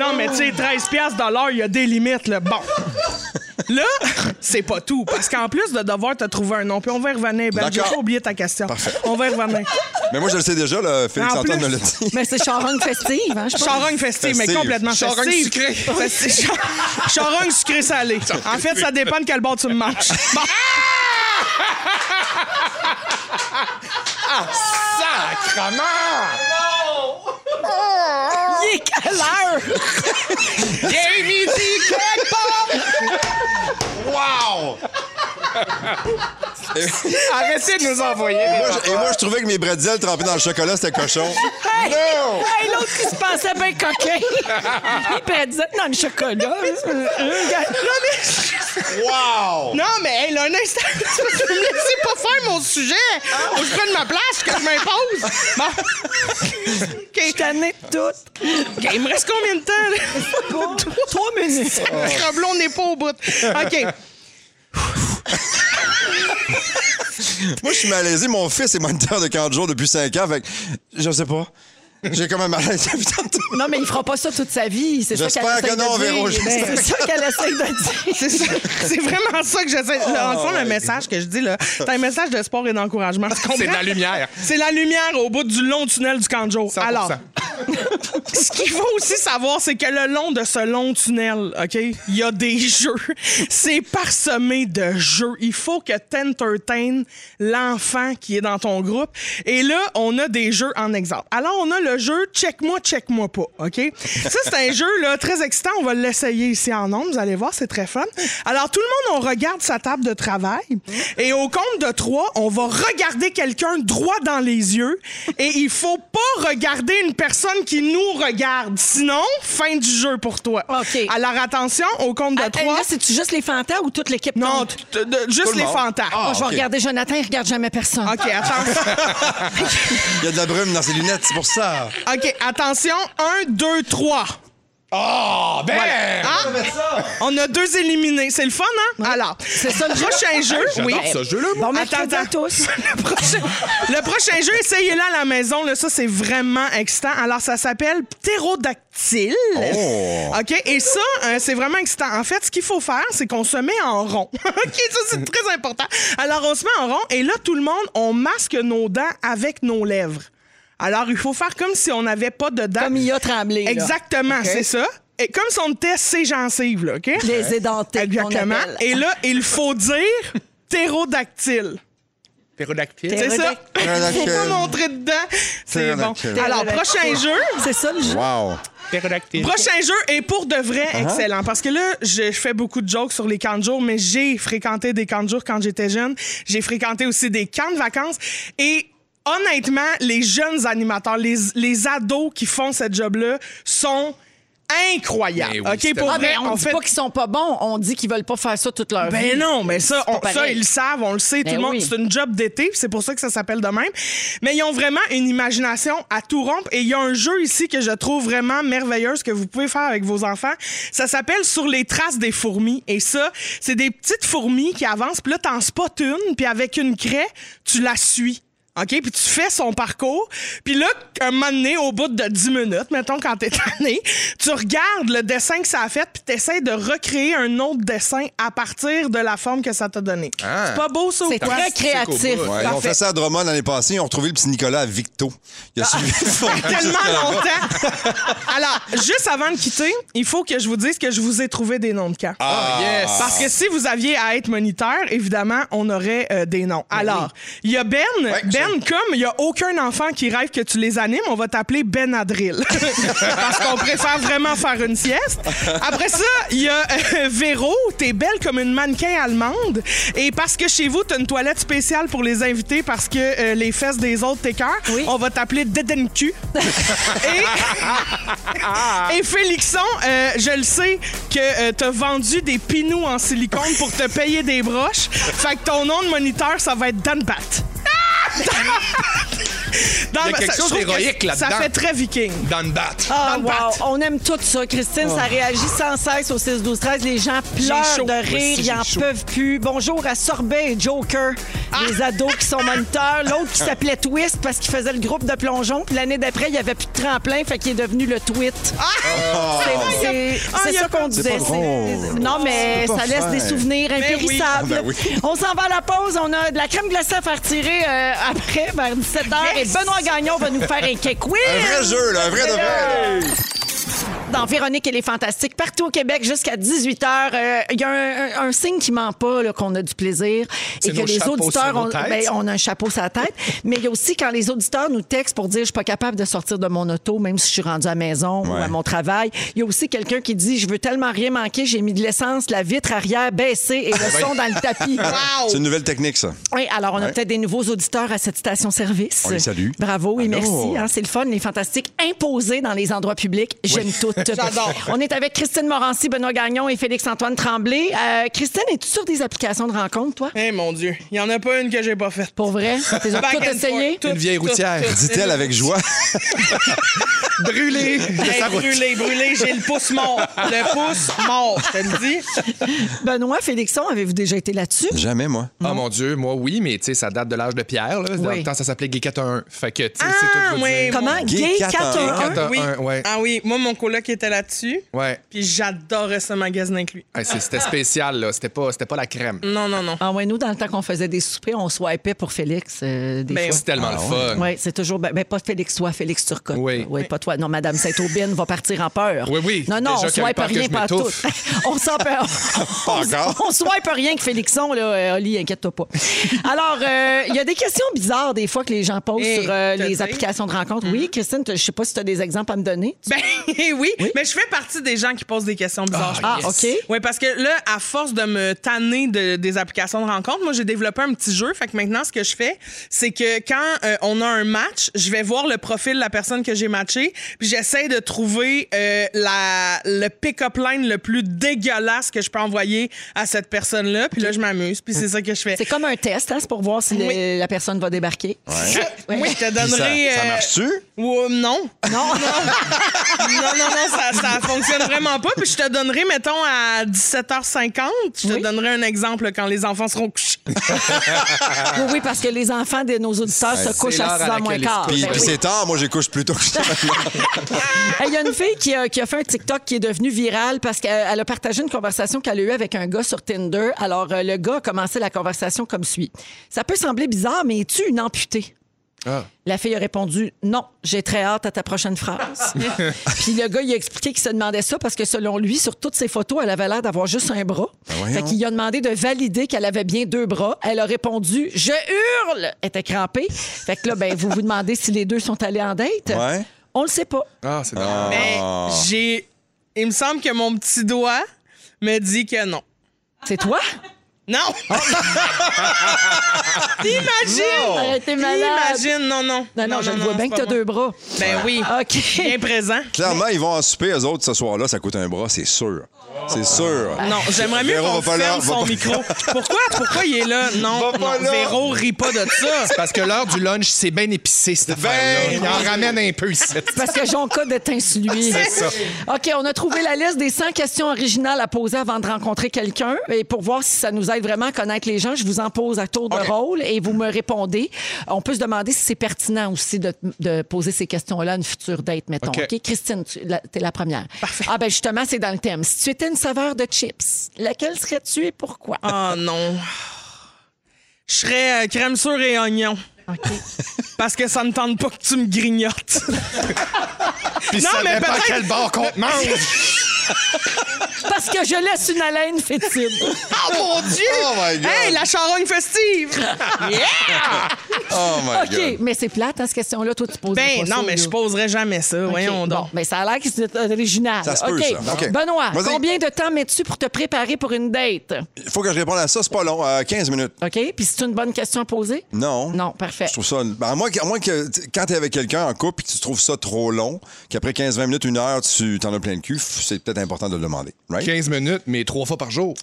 Speaker 3: Non, mais tu sais, 13 piastres de l'heure, il y a des limites, là. Bon. Là, c'est pas tout. Parce qu'en plus de devoir te trouver un nom, puis on va y revenir. Ben, j'ai
Speaker 2: D'accord.
Speaker 3: pas oublié ta question. On va y revenir.
Speaker 2: Mais moi, je le sais déjà, là,
Speaker 3: En
Speaker 2: Félix-Antoine
Speaker 3: plus-
Speaker 2: me l'a dit.
Speaker 5: Mais Ben, c'est charogne festive, hein, je pense.
Speaker 3: Charogne festive, mais
Speaker 2: Festive.
Speaker 3: complètement
Speaker 1: Charogne
Speaker 3: festive.
Speaker 1: sucrée.
Speaker 3: Festive. Char- Charogne sucrée salée. En fait, ça dépend de quel bord tu me manges. Bon. ah,
Speaker 1: Sacrement!
Speaker 5: Il est quelle heure?
Speaker 1: Il est midi quelque part! Wow! Arrêtez de nous envoyer.
Speaker 2: Et moi, je- et moi, je trouvais que mes bretzels trempés dans le chocolat, c'était cochon.
Speaker 5: Hey, hey, l'autre qui se pensait bien coquin. Il prédisait dans le chocolat.
Speaker 2: Wow!
Speaker 3: Non, mais hey, là, un instant, tu peux me laisser pas faire mon sujet. Faut que je prenne ma place, que je m'impose. Bon.
Speaker 5: Je suis tannée de tout.
Speaker 3: OK, il me reste combien de temps, là?
Speaker 5: Bon, Trois minutes.
Speaker 3: Reblon n'est pas au bout. OK.
Speaker 2: Moi, je suis malaisé. Mon fils est moniteur de 40 jours depuis 5 ans. Fait que je sais pas. J'ai quand même malaise depuis tantôt.
Speaker 5: Non, mais il fera pas ça toute sa vie. C'est ça
Speaker 2: J'espère que
Speaker 5: qu'elle essaie
Speaker 2: non,
Speaker 5: de dire. Ben,
Speaker 2: Véro, j'espère
Speaker 5: C'est ça qu'elle essaie de dire.
Speaker 3: C'est ça. C'est vraiment ça que j'essaie. Là, en fond, le message que je dis, là, c'est un message de sport et d'encouragement. Tu comprends?
Speaker 1: C'est de la lumière.
Speaker 3: C'est la lumière au bout du long tunnel du Kanjo.
Speaker 1: 100%.
Speaker 3: Alors, Ce qu'il faut aussi savoir, c'est que le long de ce long tunnel, OK, il y a des jeux. C'est parsemé de jeux. Il faut que t'entertaines l'enfant qui est dans ton groupe. Et là, on a des jeux en exemple. Alors, on a le jeu Check-moi, check-moi pas, OK? Ça, c'est un jeu là, très excitant. On va l'essayer ici en nombre. Vous allez voir, c'est très fun. Alors, tout le monde, on regarde sa table de travail. Et au compte de trois, on va regarder quelqu'un droit dans les yeux. Et il faut pas regarder une personne qui nous regarde. Sinon, fin du jeu pour toi.
Speaker 5: OK.
Speaker 3: Alors, attention, au compte de
Speaker 5: Ah, hey,
Speaker 3: trois.
Speaker 5: Là, c'est-tu juste les fantas ou toute l'équipe?
Speaker 3: Non,
Speaker 5: compte?
Speaker 3: t- t- de- juste
Speaker 2: le
Speaker 3: les
Speaker 2: monde.
Speaker 3: fantasmes.
Speaker 2: Ah,
Speaker 5: Oh, je vais
Speaker 2: OK.
Speaker 5: regarder Jonathan, il regarde jamais personne.
Speaker 3: OK, attention.
Speaker 2: Il y a de la brume dans ses lunettes, c'est pour ça.
Speaker 3: OK, attention. Un, deux, trois.
Speaker 1: Ah, ben!
Speaker 3: Hein? On a deux éliminés. C'est le fun, hein? Alors, c'est ça le prochain jeu. Oui.
Speaker 1: Ah, J'adore ce jeu-là, moi.
Speaker 3: Attends,
Speaker 5: Bon, mercredi à
Speaker 3: attends.
Speaker 5: tous.
Speaker 3: Le prochain, le prochain jeu, essayez-le à la maison. Là, ça, c'est vraiment excitant. Alors, ça s'appelle Ptérodactyle.
Speaker 2: Oh.
Speaker 3: OK? Et ça, euh, c'est vraiment excitant. En fait, ce qu'il faut faire, c'est qu'on se met en rond. OK? Ça,
Speaker 1: Mm.
Speaker 3: c'est très important. Alors, on se met en rond et là, tout le monde, on masque nos dents avec nos lèvres. Alors, il faut faire comme si on n'avait pas de dents.
Speaker 5: Comme il a tremblé. là.
Speaker 3: Exactement, c'est ça. Et comme son test, c'est gencives, là, OK?
Speaker 5: Les édentés. qu'on
Speaker 3: Exactement.
Speaker 5: appelle.
Speaker 3: Et là, il faut dire ptérodactyle.
Speaker 1: Ptérodactyle.
Speaker 3: C'est ça.
Speaker 2: Ptérodactyle.
Speaker 3: Faut pas montrer dedans. C'est bon.
Speaker 2: Ptérodactyle.
Speaker 3: Alors, prochain
Speaker 5: Ptérodactyle.
Speaker 3: jeu.
Speaker 5: C'est ça le jeu.
Speaker 2: Wow.
Speaker 1: Ptérodactyle.
Speaker 3: Prochain jeu est pour de vrai excellent. Parce que là, je, je fais beaucoup de jokes sur les camps de jour, mais j'ai fréquenté des camps de jour quand j'étais jeune. J'ai fréquenté aussi des camps de vacances. Et honnêtement, les jeunes animateurs, les, les ados qui font ce job-là sont incroyables.
Speaker 1: Ben oui, c'est
Speaker 3: OK,
Speaker 1: tellement-
Speaker 3: pour
Speaker 5: Ah,
Speaker 3: vrai,
Speaker 5: mais on
Speaker 3: en
Speaker 5: dit
Speaker 3: fait-
Speaker 5: pas qu'ils sont pas bons, on dit qu'ils veulent pas faire ça toute leur vie.
Speaker 3: Ben non, mais ça,
Speaker 5: C'est
Speaker 3: on-
Speaker 5: pas
Speaker 3: ça
Speaker 5: pareil.
Speaker 3: ils le savent, on le sait, tout
Speaker 5: Ben
Speaker 3: le monde.
Speaker 5: oui.
Speaker 3: C'est une job d'été, puis c'est pour ça que ça s'appelle de même. Mais ils ont vraiment une imagination à tout rompre. Et il y a un jeu ici que je trouve vraiment merveilleuse que vous pouvez faire avec vos enfants. Ça s'appelle Sur les traces des fourmis. Et ça, c'est des petites fourmis qui avancent. Puis là, t'en spots une, puis avec une craie, tu la suis. OK? Puis tu fais son parcours. Puis là, un moment donné, au bout de 10 minutes, mettons, quand t'es tanné, tu regardes le dessin que ça a fait, puis t'essaies de recréer un autre dessin à partir de la forme que ça t'a donnée.
Speaker 1: Ah.
Speaker 3: C'est pas beau, ça, ou
Speaker 5: C'est
Speaker 3: quoi?
Speaker 5: très créatif.
Speaker 1: Ouais,
Speaker 2: Ouais, on fait ça à Drummond l'année passée. Ils ont retrouvé le petit Nicolas à Victo. Il a suivi le
Speaker 3: Ça fait tellement longtemps. Alors, juste avant de quitter, il faut que je vous dise que je vous ai trouvé des noms de camps.
Speaker 1: Ah, yes.
Speaker 3: Parce que si vous aviez à être moniteur, évidemment, on aurait euh, des noms. Alors, il y a Ben. ben, comme il n'y a aucun enfant qui rêve que tu les animes, on va t'appeler Ben Adril. Parce qu'on préfère vraiment faire une sieste. Après ça, il y a euh, Véro. T'es belle comme une mannequin allemande. Et parce que chez vous, t'as une toilette spéciale pour les invités parce que euh, les fesses des autres t'écœurent,
Speaker 5: Oui.
Speaker 3: on va t'appeler Dedencu. Et Félixon, euh, je le sais que euh, t'as vendu des pinots en silicone pour te payer des broches. Fait que ton nom de moniteur, ça va être Dan Bat. Dan
Speaker 1: Il y a
Speaker 3: Bat,
Speaker 1: quelque
Speaker 3: ça- je
Speaker 1: chose
Speaker 3: trouve que
Speaker 1: d'héroïque
Speaker 3: Ça
Speaker 1: là-dedans.
Speaker 3: fait très viking.
Speaker 1: Dans le bat.
Speaker 5: Ah,
Speaker 3: Dans le
Speaker 5: wow.
Speaker 3: bat.
Speaker 5: On aime tout ça. Christine, ça réagit sans cesse au 6-12-13. Les gens
Speaker 3: chaud.
Speaker 5: pleurent de
Speaker 1: Moi aussi,
Speaker 5: rire, ils
Speaker 1: j'ai
Speaker 5: en
Speaker 1: chaud.
Speaker 5: peuvent plus. Bonjour à Sorbet et Joker, les ados qui sont moniteurs. L'autre qui s'appelait Twist parce qu'il faisait le groupe de plongeon. Puis l'année d'après, il n'y avait plus de tremplin, fait qu'il est devenu le tweet. C'est- C'est
Speaker 3: Ah,
Speaker 5: c'est
Speaker 3: il y a
Speaker 5: ça
Speaker 3: pas-
Speaker 5: qu'on disait.
Speaker 2: pas
Speaker 5: C'est-
Speaker 2: drôle.
Speaker 5: Non, mais
Speaker 2: Tu peux pas
Speaker 5: ça laisse
Speaker 2: faire.
Speaker 5: des souvenirs impérissables.
Speaker 2: Ben oui.
Speaker 5: On s'en va à la pause. On a de la crème glacée à faire tirer euh, après, vers 17h.
Speaker 3: Yes.
Speaker 5: Et Benoît Gagnon va nous faire un cake quiz.
Speaker 2: Un vrai jeu, là, un vrai de vrai.
Speaker 5: dans Véronique et les Fantastiques, partout au Québec jusqu'à 18 h. Il y a un, un- un signe qui ment pas, là, qu'on a du plaisir et
Speaker 1: C'est
Speaker 5: que
Speaker 1: nos
Speaker 5: les
Speaker 1: chapeaux
Speaker 5: auditeurs
Speaker 1: sur nos
Speaker 5: ont,
Speaker 1: têtes.
Speaker 5: ben, on a un chapeau sur la tête. Mais il y a aussi quand les auditeurs nous textent pour dire je suis pas capable de sortir de mon auto, même si je suis rendu à la maison ou
Speaker 2: Ouais.
Speaker 5: à mon travail. Il y a aussi quelqu'un qui dit je veux tellement rien manquer, j'ai mis de l'essence, la vitre arrière baissée et
Speaker 1: Ben
Speaker 5: le son dans le tapis.
Speaker 2: C'est une nouvelle technique, ça.
Speaker 5: Oui, alors on a
Speaker 2: Ouais.
Speaker 5: peut-être des nouveaux auditeurs à cette station-service.
Speaker 2: On les salue. Ah
Speaker 5: Bravo et
Speaker 2: Allô.
Speaker 5: merci. hein, c'est le fun, les fantastiques imposés dans les endroits publics. J'aime tout. J'adore. On est avec Christine Morancy, Benoît Gagnon et Félix-Antoine Tremblay. Euh, Christine, es-tu sur des applications de rencontre, toi?
Speaker 3: Eh mon Dieu, il n'y en a pas une que j'ai pas faite.
Speaker 5: Pour vrai? T'es
Speaker 3: Back
Speaker 5: tout
Speaker 3: and
Speaker 5: essayé?
Speaker 3: forth, tout,
Speaker 1: Une vieille
Speaker 3: tout,
Speaker 1: routière.
Speaker 3: tout.
Speaker 2: Dit-elle avec joie.
Speaker 1: Brûlé.
Speaker 3: Hey, brûlé, brûlé, j'ai le pouce mort. Le pouce mort, je te le dis.
Speaker 5: Benoît, Félixon, avez-vous déjà été là-dessus?
Speaker 2: Jamais, moi.
Speaker 1: Ah mon Dieu, moi oui, mais tu sais, ça date de l'âge de Pierre. Là. Dans
Speaker 5: Oui.
Speaker 1: le temps, ça s'appelait Gay 411. Fait que, tu sais,
Speaker 3: Ah,
Speaker 1: c'est tout vous
Speaker 3: oui.
Speaker 1: dire.
Speaker 5: Comment?
Speaker 2: Gay
Speaker 5: Gay
Speaker 2: 411.
Speaker 5: 411?
Speaker 1: T'as
Speaker 3: Oui.
Speaker 1: un, ouais.
Speaker 3: Ah oui, moi, mon coloc était là-dessus.
Speaker 1: Ouais.
Speaker 3: Puis j'adorais ce magasin avec lui.
Speaker 1: Ouais, c'est- c'était spécial, là. C'était pas, c'était pas la crème.
Speaker 3: Non, non, non.
Speaker 5: Ah ouais, nous, dans le temps qu'on faisait des soupers, on swipait pour Félix euh, des
Speaker 3: Ben
Speaker 5: fois. Ah,
Speaker 1: C'est tellement le fun.
Speaker 5: Oui, c'est toujours. Ben, ben, pas Félix Soie, Félix Turcotte.
Speaker 1: Oui.
Speaker 5: pas toi. Non, Madame Saint-Aubin va partir en peur.
Speaker 1: Oui, oui.
Speaker 5: Non,
Speaker 1: Déjà
Speaker 5: non, on
Speaker 1: qu'elle
Speaker 5: swipe
Speaker 1: peur que
Speaker 5: rien
Speaker 1: je
Speaker 5: pas tout.
Speaker 1: m'étouffe.
Speaker 5: on s'en peut-
Speaker 2: Pas
Speaker 5: on-
Speaker 2: encore.
Speaker 5: On swipe rien que Félixon, là, euh, Oli, inquiète-toi pas. Alors, euh, il y a des questions bizarres des fois que les gens posent
Speaker 3: Hey,
Speaker 5: sur euh,
Speaker 3: Eh, t'as
Speaker 5: les
Speaker 3: dit. Mm-hmm.
Speaker 5: applications de rencontres. Oui, Christine, t- je sais pas si tu as des exemples à me donner.
Speaker 3: Ben oui, mais je fais partie des gens qui posent des questions bizarres. je
Speaker 5: Ah,
Speaker 3: pense.
Speaker 5: OK.
Speaker 3: Oui, parce que là, à force de me tanner de- des applications de rencontres, moi, j'ai développé un petit jeu. Fait que maintenant, ce que je fais, c'est que quand euh, on a un match, je vais voir le profil de la personne que j'ai matché, puis j'essaie de trouver euh, la, le pick-up line le plus dégueulasse que je peux envoyer à cette personne-là. Puis là, je m'amuse. Puis c'est ça que je fais.
Speaker 5: C'est comme un test, hein, c'est pour voir si le-
Speaker 3: Oui.
Speaker 5: la personne va débarquer.
Speaker 3: Oui, je te
Speaker 2: Puis ça,
Speaker 3: donnerai.
Speaker 2: ça
Speaker 3: euh,
Speaker 2: marche-tu?
Speaker 3: Ouais, non. Non. non. non, non, ça, ça fonctionne vraiment pas. Puis je te donnerai, mettons, à 17h50, je te
Speaker 5: Oui.
Speaker 3: donnerai un exemple quand les enfants seront couchés.
Speaker 5: Oui, oui, parce que les enfants de nos auditeurs se couchent à
Speaker 1: l'heure à
Speaker 5: 6h moins
Speaker 1: laquelle ils
Speaker 5: quart.
Speaker 1: se
Speaker 2: Puis,
Speaker 5: Ben
Speaker 2: puis
Speaker 5: oui.
Speaker 2: c'est tard, moi, j'écoute plutôt que ça.
Speaker 5: Hey, Il y a une fille qui a, qui a fait un TikTok qui est devenue virale parce qu'elle elle a partagé une conversation qu'elle a eue avec un gars sur Tinder. Alors, euh, le gars a commencé la conversation comme suit. Ça peut sembler bizarre, mais es-tu une amputée?
Speaker 1: Ah.
Speaker 5: La fille a répondu Non, j'ai très hâte à ta prochaine phrase. Puis le gars, il a expliqué qu'il se demandait ça parce que selon lui, sur toutes ses photos, elle avait l'air d'avoir juste un bras. fait qu'il a demandé de valider qu'elle avait bien deux bras. Elle a répondu Je hurle Elle était crampée. Fait que là, ben, vous vous demandez si les deux sont allés en date.
Speaker 2: Ouais.
Speaker 5: On le sait pas.
Speaker 1: Ah, c'est drôle.
Speaker 3: Mais j'ai. Il me semble que mon petit doigt me dit que non.
Speaker 5: C'est toi?
Speaker 3: Non!
Speaker 5: Ah.
Speaker 3: T'imagines?
Speaker 5: Elle était
Speaker 3: T'imagines? Non, non.
Speaker 5: Non, non, je le vois bien que
Speaker 3: c'est
Speaker 5: t'as
Speaker 3: pas moi.
Speaker 5: deux bras.
Speaker 3: Ben oui.
Speaker 5: OK.
Speaker 3: Bien présent.
Speaker 2: Clairement, ils vont en souper, eux autres, ce soir-là. Ça coûte un bras, c'est sûr. C'est sûr.
Speaker 5: Ah.
Speaker 3: Non, j'aimerais mieux
Speaker 2: Véro
Speaker 3: qu'on
Speaker 2: va pas là,
Speaker 3: ferme
Speaker 2: va
Speaker 3: son
Speaker 2: pas-
Speaker 3: micro. Pourquoi? Pourquoi il est là? Non,
Speaker 2: Va pas
Speaker 3: non,
Speaker 2: là.
Speaker 3: Véro rit pas de ça.
Speaker 1: Parce que l'heure du lunch, c'est bien épicé, cette affaire-là. Il en ramène un peu ici.
Speaker 5: Parce que Jonca détince lui. OK, on a trouvé la liste des 100 questions originales à poser avant de rencontrer quelqu'un. Et pour voir si ça nous aide vraiment à connaître les gens, je vous en pose à tour de rôle et vous me répondez. On peut se demander si c'est pertinent aussi de, de poser ces questions-là à une future date, mettons. OK,
Speaker 1: OK.
Speaker 5: Christine, tu la- t'es la première. Ah ben justement, c'est dans le thème. Si tu étais une saveur de chips, laquelle serais-tu et pourquoi?
Speaker 3: Oh non. Je serais euh, crème sûre et oignon. Parce que ça me tente pas que tu me grignotes.
Speaker 1: Puis
Speaker 3: Non,
Speaker 1: ça
Speaker 3: mais
Speaker 1: dépend
Speaker 3: peut-être-
Speaker 1: quel bord qu'on te mange.
Speaker 5: Parce que je laisse une haleine fétide.
Speaker 2: Oh mon Dieu! Oh my God!
Speaker 3: hey, la charogne festive!
Speaker 2: Oh my
Speaker 5: OK,
Speaker 2: God!
Speaker 5: mais c'est plate, hein, cette question-là. Toi, tu poses
Speaker 3: ben non, mais je poserais jamais ça. Voyons donc.
Speaker 5: Bon, mais ça a l'air que c'est original.
Speaker 2: Ça se peut,
Speaker 5: OK.
Speaker 2: ça. OK.
Speaker 5: Benoît,
Speaker 2: Vas-y.
Speaker 5: combien de temps mets-tu pour te préparer pour une date?
Speaker 2: Il faut que je réponde à ça, c'est pas long. Euh, 15 minutes.
Speaker 5: OK? Puis c'est une bonne question à poser?
Speaker 2: Non.
Speaker 5: Non, parfait.
Speaker 2: Je trouve ça. ben, à moins que, à moins que t- quand t'es avec quelqu'un en couple et que tu trouves ça trop long, qu'après 15-20 minutes, une heure, tu t'en as plein le cul, f- c'est peut-être important de le demander. Right?
Speaker 1: 15 minutes, mais trois fois par jour.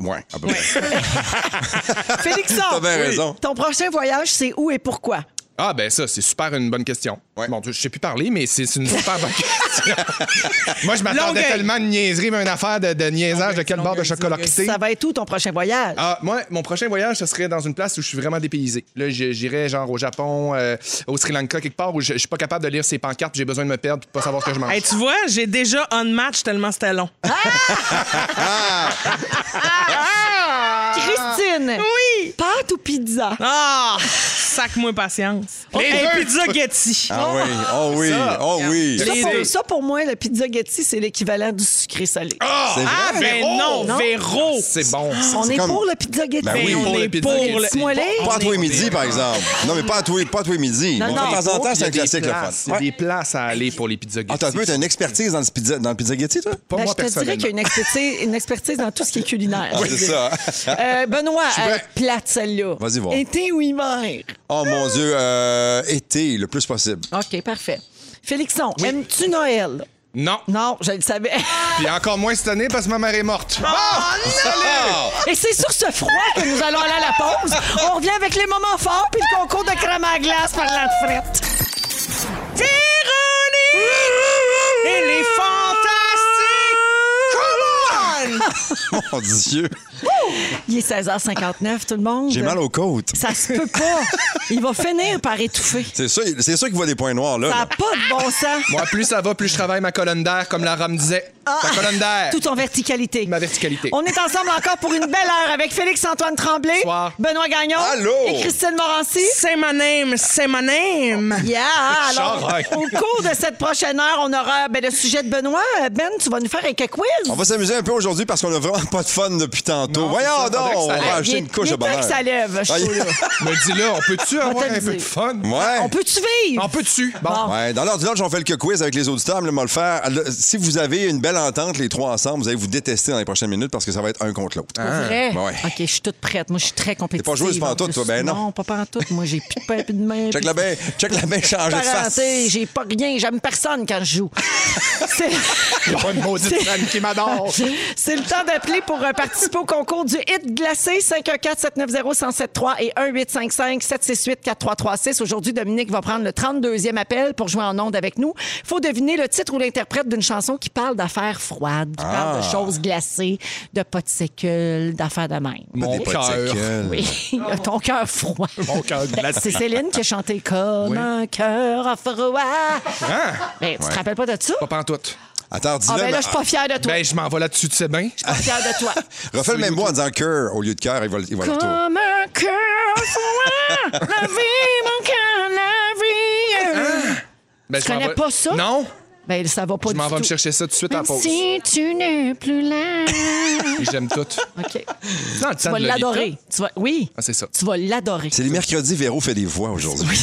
Speaker 2: Ouais, à peu près.
Speaker 5: Félixon,
Speaker 2: T'as bien raison.
Speaker 5: ton prochain voyage, c'est où et pourquoi?
Speaker 1: Ah, ben ça, c'est super une bonne question.
Speaker 2: Ouais.
Speaker 1: Bon, je sais plus parler, mais c'est c'est une super bonne question. Moi, je m'attendais
Speaker 3: Longueuil.
Speaker 1: tellement à une niaiserie, mais une affaire de, de niaisage de quelle barre de
Speaker 3: Longueuil,
Speaker 1: chocolat
Speaker 3: Longueuil.
Speaker 1: pissé.
Speaker 5: Ça va être où ton prochain voyage?
Speaker 1: Ah, moi, mon prochain voyage, ce serait dans une place où je suis vraiment dépaysé. Là, je- j'irais genre au Japon, euh, au Sri Lanka, quelque part où je, je suis pas capable de lire ces pancartes, puis j'ai besoin de me perdre, puis de pas savoir ce que je mange.
Speaker 3: Hey, tu vois, j'ai déjà un match tellement c'était long.
Speaker 2: Ah!
Speaker 5: Christine!
Speaker 3: Oui!
Speaker 5: Pâte ou pizza?
Speaker 3: Ah! Sac-moi patience.
Speaker 1: Les
Speaker 3: hey,
Speaker 1: deux.
Speaker 3: pizza Getty.
Speaker 2: Ah oui, oh oui, oh oui.
Speaker 5: Ça
Speaker 3: Les
Speaker 5: pour,
Speaker 3: deux.
Speaker 5: ça, pour moi, le pizza Getty, c'est l'équivalent du sucré salé.
Speaker 2: C'est
Speaker 3: Ah,
Speaker 2: vrai. Ah!
Speaker 3: ben non,
Speaker 5: Non.
Speaker 3: Véro!
Speaker 1: C'est bon.
Speaker 5: On est
Speaker 2: comme-
Speaker 5: pour le pizza Getty.
Speaker 2: Ben oui,
Speaker 3: Ben, on
Speaker 1: pour le
Speaker 3: est
Speaker 1: pizza
Speaker 3: pour
Speaker 1: Getty.
Speaker 3: le...
Speaker 5: Moi, là,
Speaker 2: Pas à tous les midis, par exemple. Non, mais pas à tous les, pas à tous les midis.
Speaker 5: Non,
Speaker 2: Bon,
Speaker 5: non.
Speaker 2: de temps en temps, c'est un
Speaker 1: Il y a des
Speaker 2: classique, le fun.
Speaker 1: places- Il y a des places à aller pour les pizzas
Speaker 2: Ah, t'as un peu,
Speaker 1: Getty.
Speaker 2: t'as une expertise dans le pizza, dans le pizza Getty, toi?
Speaker 1: Pas
Speaker 5: Ben,
Speaker 1: moi,
Speaker 5: je te dirais
Speaker 1: personnellement.
Speaker 5: qu'il y a une expertise, une expertise dans tout ce qui est culinaire.
Speaker 2: Ah, C'est ça.
Speaker 5: Euh, Benoît,
Speaker 2: prêt.
Speaker 5: euh, plate celle-là.
Speaker 2: Vas-y voir.
Speaker 5: Été ou hiver?
Speaker 2: Oh mon Dieu, euh, été, le plus possible.
Speaker 5: OK, parfait. Félixon, aimes-tu Noël?
Speaker 1: Non.
Speaker 5: Non, je le savais.
Speaker 2: Ah.
Speaker 1: Puis encore moins cette année parce que ma mère est morte.
Speaker 5: Et c'est sur ce froid que nous allons aller à la pause. On revient avec les moments forts puis le concours de crème à glace par la frette.
Speaker 3: Véronique! Elle est fantastique! Come on!
Speaker 2: Mon Dieu.
Speaker 5: Il est 16h59, tout le monde.
Speaker 2: J'ai mal aux côtes.
Speaker 5: Ça se peut pas. Il va finir par étouffer.
Speaker 2: C'est ça, il- c'est ça qui voit des points noirs, là.
Speaker 5: Ça n'a pas de bon sens.
Speaker 1: Moi, plus ça va, plus je travaille ma colonne d'air, comme la rame disait.
Speaker 2: Ah!
Speaker 1: Ta colonne d'air.
Speaker 5: Tout en verticalité.
Speaker 1: Ma verticalité.
Speaker 5: On est ensemble encore pour une belle heure avec Félix-Antoine Tremblay,
Speaker 1: Bonsoir.
Speaker 5: Benoît Gagnon
Speaker 2: Allô.
Speaker 5: et Christine Morancy.
Speaker 3: C'est my name, c'est my name.
Speaker 5: Yeah! Alors,
Speaker 1: Charles.
Speaker 5: au cours de cette prochaine heure, on aura ben, le sujet de Benoît. Ben, tu vas nous faire un quiz.
Speaker 2: On va s'amuser un peu aujourd'hui parce qu'on a vraiment pas de fun depuis tantôt.
Speaker 1: Non,
Speaker 2: Voyons
Speaker 1: c'est
Speaker 2: donc,
Speaker 1: ça,
Speaker 2: on
Speaker 1: faudrait que ça
Speaker 2: va
Speaker 1: lève.
Speaker 2: acheter une couche de
Speaker 5: Ah, Il est temps
Speaker 2: bonheur.
Speaker 5: que ça lève. je
Speaker 2: Ah,
Speaker 5: suis
Speaker 2: il-
Speaker 5: sûre.
Speaker 1: Me dis là, on peut-tu avoir
Speaker 5: te
Speaker 1: un
Speaker 5: le
Speaker 1: peu
Speaker 5: dire.
Speaker 1: de fun?
Speaker 2: Ouais.
Speaker 5: On peut-tu vivre?
Speaker 1: On peut-tu? Bon.
Speaker 5: Bon.
Speaker 2: Ouais, dans l'heure du lunch, on fait le quiz avec les auditeurs, mais on va le faire. Le- Si vous avez une belle entente, les trois ensemble, vous allez vous détester dans les prochaines minutes parce que ça va être un contre l'autre.
Speaker 5: Pour vrai?
Speaker 2: Ah, ben Ouais.
Speaker 5: OK, je suis toute prête. Moi, je suis très compétitive.
Speaker 2: joueuse
Speaker 5: en
Speaker 2: pantoute,
Speaker 5: plus.
Speaker 2: toi, ben non.
Speaker 5: Non, pas pantoute. Moi, j'ai plus de pain, plus de main.
Speaker 2: Check
Speaker 5: plus
Speaker 2: la
Speaker 5: de-
Speaker 2: bain, check la bain changer de face.
Speaker 5: parenté, j'ai pas rien, j'aime personne quand je joue. C'est-
Speaker 1: Il y a pas de maudite
Speaker 5: C'est-
Speaker 1: fan qui m'adore.
Speaker 5: C'est le temps d'appeler pour euh, participer au concours du hit glacé 514-790-1073 et 1855-768-4336. Aujourd'hui, Dominique va prendre le 32e appel pour jouer en onde avec nous. Faut deviner le titre ou l'interprète d'une chanson qui parle d'affaires froides, qui parle
Speaker 1: Ah.
Speaker 5: de choses glacées, de pots de sécule, d'affaires de même.
Speaker 1: Mon
Speaker 2: Des potes de
Speaker 1: cœur.
Speaker 2: gueule.
Speaker 5: Oui, ton cœur froid.
Speaker 1: Mon cœur
Speaker 5: Ben,
Speaker 1: glacé.
Speaker 5: c'est Céline qui a chanté comme
Speaker 1: Oui.
Speaker 5: un cœur froid.
Speaker 1: Hein?
Speaker 5: Ben, tu te rappelles pas de ça?
Speaker 1: Pas pantoute.
Speaker 2: Attends, dis-le.
Speaker 5: Ah ben
Speaker 2: mais-
Speaker 5: là, je suis pas fière de toi.
Speaker 1: Ben, je m'en vais là-dessus, tu sais bien.
Speaker 5: Je suis pas fière de toi.
Speaker 2: Refais le même mot en disant cœur au lieu de cœur, il va, le- il va le retour.
Speaker 5: Comme un cœur froid, la vie, mon cœur, la vie. euh.
Speaker 1: Ben,
Speaker 5: Tu
Speaker 1: je m'en
Speaker 5: connais
Speaker 1: vais-
Speaker 5: pas ça?
Speaker 1: Non.
Speaker 5: Ben, ça va pas
Speaker 1: Je m'en
Speaker 5: du
Speaker 1: vais me
Speaker 5: tout.
Speaker 1: chercher ça tout de suite à
Speaker 5: Même
Speaker 1: la pause.
Speaker 5: si tu n'es plus là.
Speaker 1: Et J'aime tout.
Speaker 5: OK.
Speaker 1: Non, le
Speaker 5: Tu vas l'adorer. Tu vas... Oui.
Speaker 1: Ah, c'est ça.
Speaker 5: Tu vas l'adorer.
Speaker 2: C'est les mercredis, Véro fait des voix aujourd'hui.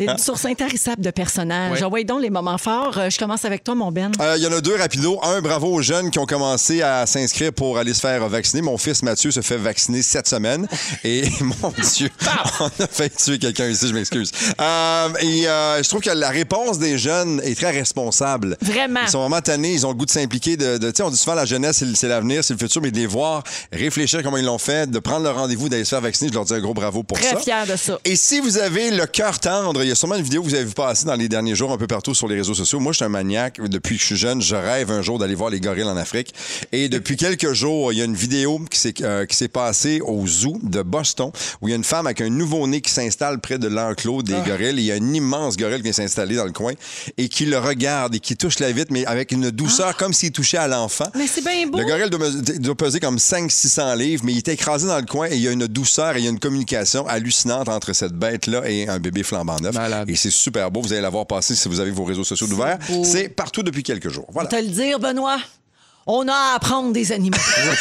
Speaker 5: Une source intarissable de personnages.
Speaker 1: Ouais. Ah,
Speaker 5: Ah ouais, donc les moments forts. Euh, Je commence avec toi, mon Ben.
Speaker 2: Euh, Il y en a deux rapido. Un, bravo aux jeunes qui ont commencé à s'inscrire pour aller se faire vacciner. Mon fils Mathieu se fait vacciner cette semaine. Et mon Dieu, on a fait tuer quelqu'un ici, je m'excuse. Euh, et euh, je trouve que la réponse des jeunes est très responsable.
Speaker 5: Vraiment.
Speaker 2: Ils sont vraiment tannés, ils ont le goût de s'impliquer. De, de- tu sais, on dit souvent la jeunesse, c'est le- c'est l'avenir, c'est le futur, mais de les voir réfléchir comment ils l'ont fait, de prendre leur rendez-vous, d'aller se faire vacciner, je leur dis un gros bravo pour ça.
Speaker 5: Très fière de ça.
Speaker 2: Et si vous avez le cœur tendre, il y a sûrement une vidéo que vous avez vu passer dans les derniers jours un peu partout sur les réseaux sociaux. Moi, je suis un maniaque. Depuis que je suis jeune, je rêve un jour d'aller voir les gorilles en Afrique. Et depuis quelques jours, il y a une vidéo qui s'est euh, qui s'est passée au zoo de Boston où il y a une femme avec un nouveau-né qui s'installe près de l'enclos des
Speaker 5: Ah.
Speaker 2: gorilles. Et Il y a un immense gorille qui vient s'installer dans le coin et qui le regarde et qui touche la vitre, mais avec une douceur comme s'il touchait à l'enfant.
Speaker 5: Ah. Mais c'est bien beau.
Speaker 2: Le gorille doit, mes- doit peser comme 500-600 livres, mais il est écrasé dans le coin et il y a une douceur et il y a une communication hallucinante entre cette bête-là et un bébé flambant neuf.
Speaker 1: Malade.
Speaker 2: Et c'est super beau. Vous allez l'avoir passé si vous avez vos réseaux sociaux ouverts. C'est partout depuis quelques jours. Voilà.
Speaker 5: Te le dire, Benoît, on a à apprendre des animaux.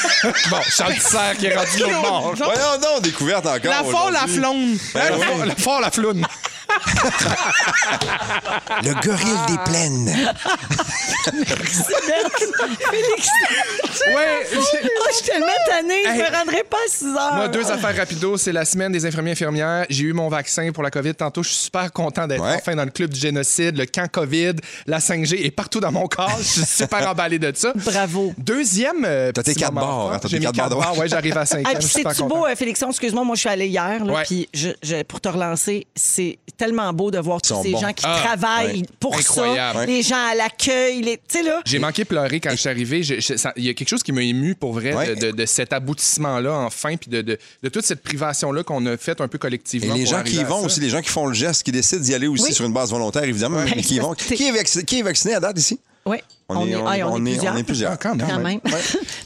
Speaker 1: Bon, Charles Tissère qui est rendu l'autre bord.
Speaker 2: Oh, Voyons donc, découverte encore.
Speaker 3: La folle, la
Speaker 2: aujourd'hui. Ben
Speaker 1: Hein,
Speaker 3: flonde.
Speaker 1: le fort- le fort, la floune.
Speaker 2: Le gorille des plaines.
Speaker 5: Félix,
Speaker 1: Ouais, j'ai-
Speaker 5: oh, je suis tellement tannée, je
Speaker 1: Hey.
Speaker 5: me rendrai pas à 6 heures.
Speaker 1: Moi, deux affaires rapido. C'est la semaine des infirmiers et infirmières. J'ai eu mon vaccin pour la COVID tantôt. Je suis super content d'être
Speaker 2: Ouais.
Speaker 1: enfin dans le club du génocide, le camp COVID, la 5G et partout dans mon corps. Je suis super emballé de ça.
Speaker 5: Bravo.
Speaker 1: Deuxième. euh,
Speaker 2: T'as
Speaker 1: petit
Speaker 2: tes quatre
Speaker 1: moment
Speaker 2: barres,
Speaker 1: fort.
Speaker 2: hein, t'as
Speaker 1: J'ai
Speaker 2: tes
Speaker 1: mis
Speaker 2: quatre
Speaker 1: quatre
Speaker 2: barres.
Speaker 1: barres. Ouais, j'arrive à cinquième.
Speaker 5: Ah,
Speaker 1: Je
Speaker 5: puis
Speaker 1: suis super
Speaker 5: c'est-tu
Speaker 1: content.
Speaker 5: beau, euh, Félixon? Excuse-moi, moi, je suis allée hier, là,
Speaker 1: Ouais.
Speaker 5: puis je, je- pour te relancer, c'est tellement beau de voir tous
Speaker 2: sont
Speaker 5: ces
Speaker 2: bons.
Speaker 5: gens qui
Speaker 1: Ah,
Speaker 5: travaillent pour
Speaker 1: Incroyable.
Speaker 5: ça,
Speaker 1: Ouais.
Speaker 5: les gens à l'accueil, les- tu sais, là.
Speaker 1: J'ai manqué pleurer quand je suis arrivé. Je- je- ça- Il y a quelque chose qui m'a ému pour vrai
Speaker 2: Ouais.
Speaker 1: de, de- de cet aboutissement-là, enfin, puis de, de- de toute cette privation-là qu'on a faite un peu
Speaker 2: Et
Speaker 1: collectivement.
Speaker 2: les
Speaker 1: pour
Speaker 2: gens
Speaker 1: arriver
Speaker 2: qui y
Speaker 1: à
Speaker 2: vont
Speaker 1: ça.
Speaker 2: aussi, les gens qui font le geste, qui décident d'y aller aussi
Speaker 5: Oui.
Speaker 2: sur une base volontaire, évidemment, mais qui y vont.
Speaker 5: T'es-
Speaker 2: Qui est, vacci- qui est vacciné à date ici?
Speaker 5: Oui. On, est, ah, et on est plusieurs.
Speaker 2: on est plusieurs.
Speaker 1: Ah, quand même.
Speaker 5: Quand même.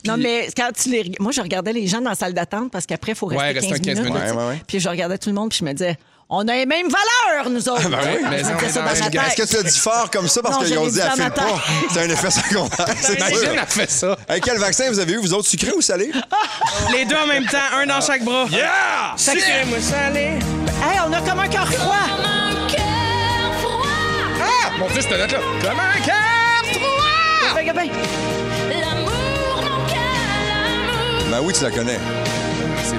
Speaker 5: non, mais quand tu les. Moi, je regardais les gens dans la salle d'attente parce qu'après, il faut rester
Speaker 1: Ouais,
Speaker 5: 15,
Speaker 1: reste un 15
Speaker 5: minutes.
Speaker 1: minutes.
Speaker 5: tu sais.
Speaker 2: Ouais, ouais, ouais.
Speaker 5: Puis je regardais tout le monde, puis je me disais, on a les mêmes valeurs, nous autres.
Speaker 1: oui,
Speaker 5: Je
Speaker 1: mais
Speaker 5: me
Speaker 1: Ben, on
Speaker 5: disais
Speaker 1: est
Speaker 5: Ben ça
Speaker 1: dans
Speaker 5: dans
Speaker 1: la
Speaker 5: ma
Speaker 1: même gang.
Speaker 5: tête.
Speaker 2: Ah, ben Est-ce que tu l'as dit fort comme ça parce
Speaker 5: Non,
Speaker 2: qu'ils
Speaker 5: je
Speaker 2: ont
Speaker 5: l'ai
Speaker 2: dit
Speaker 5: dit
Speaker 2: à
Speaker 5: dans
Speaker 2: file
Speaker 5: ma tête.
Speaker 2: pas? C'est un effet secondaire,
Speaker 1: Ben,
Speaker 2: c'est sûr.
Speaker 1: Imagine, elle fait ça.
Speaker 2: Hey, quel vaccin vous avez eu, vous autres, sucré ou salé?
Speaker 3: Les deux en même temps, un dans chaque bras.
Speaker 1: Yeah!
Speaker 3: Sucré, moi, salé.
Speaker 5: Hey, on a comme un cœur froid.
Speaker 1: Ah! Mon Dieu, cette note-là. Comme un cœur froid!
Speaker 5: Ben, ben,
Speaker 2: Ben oui, tu la connais.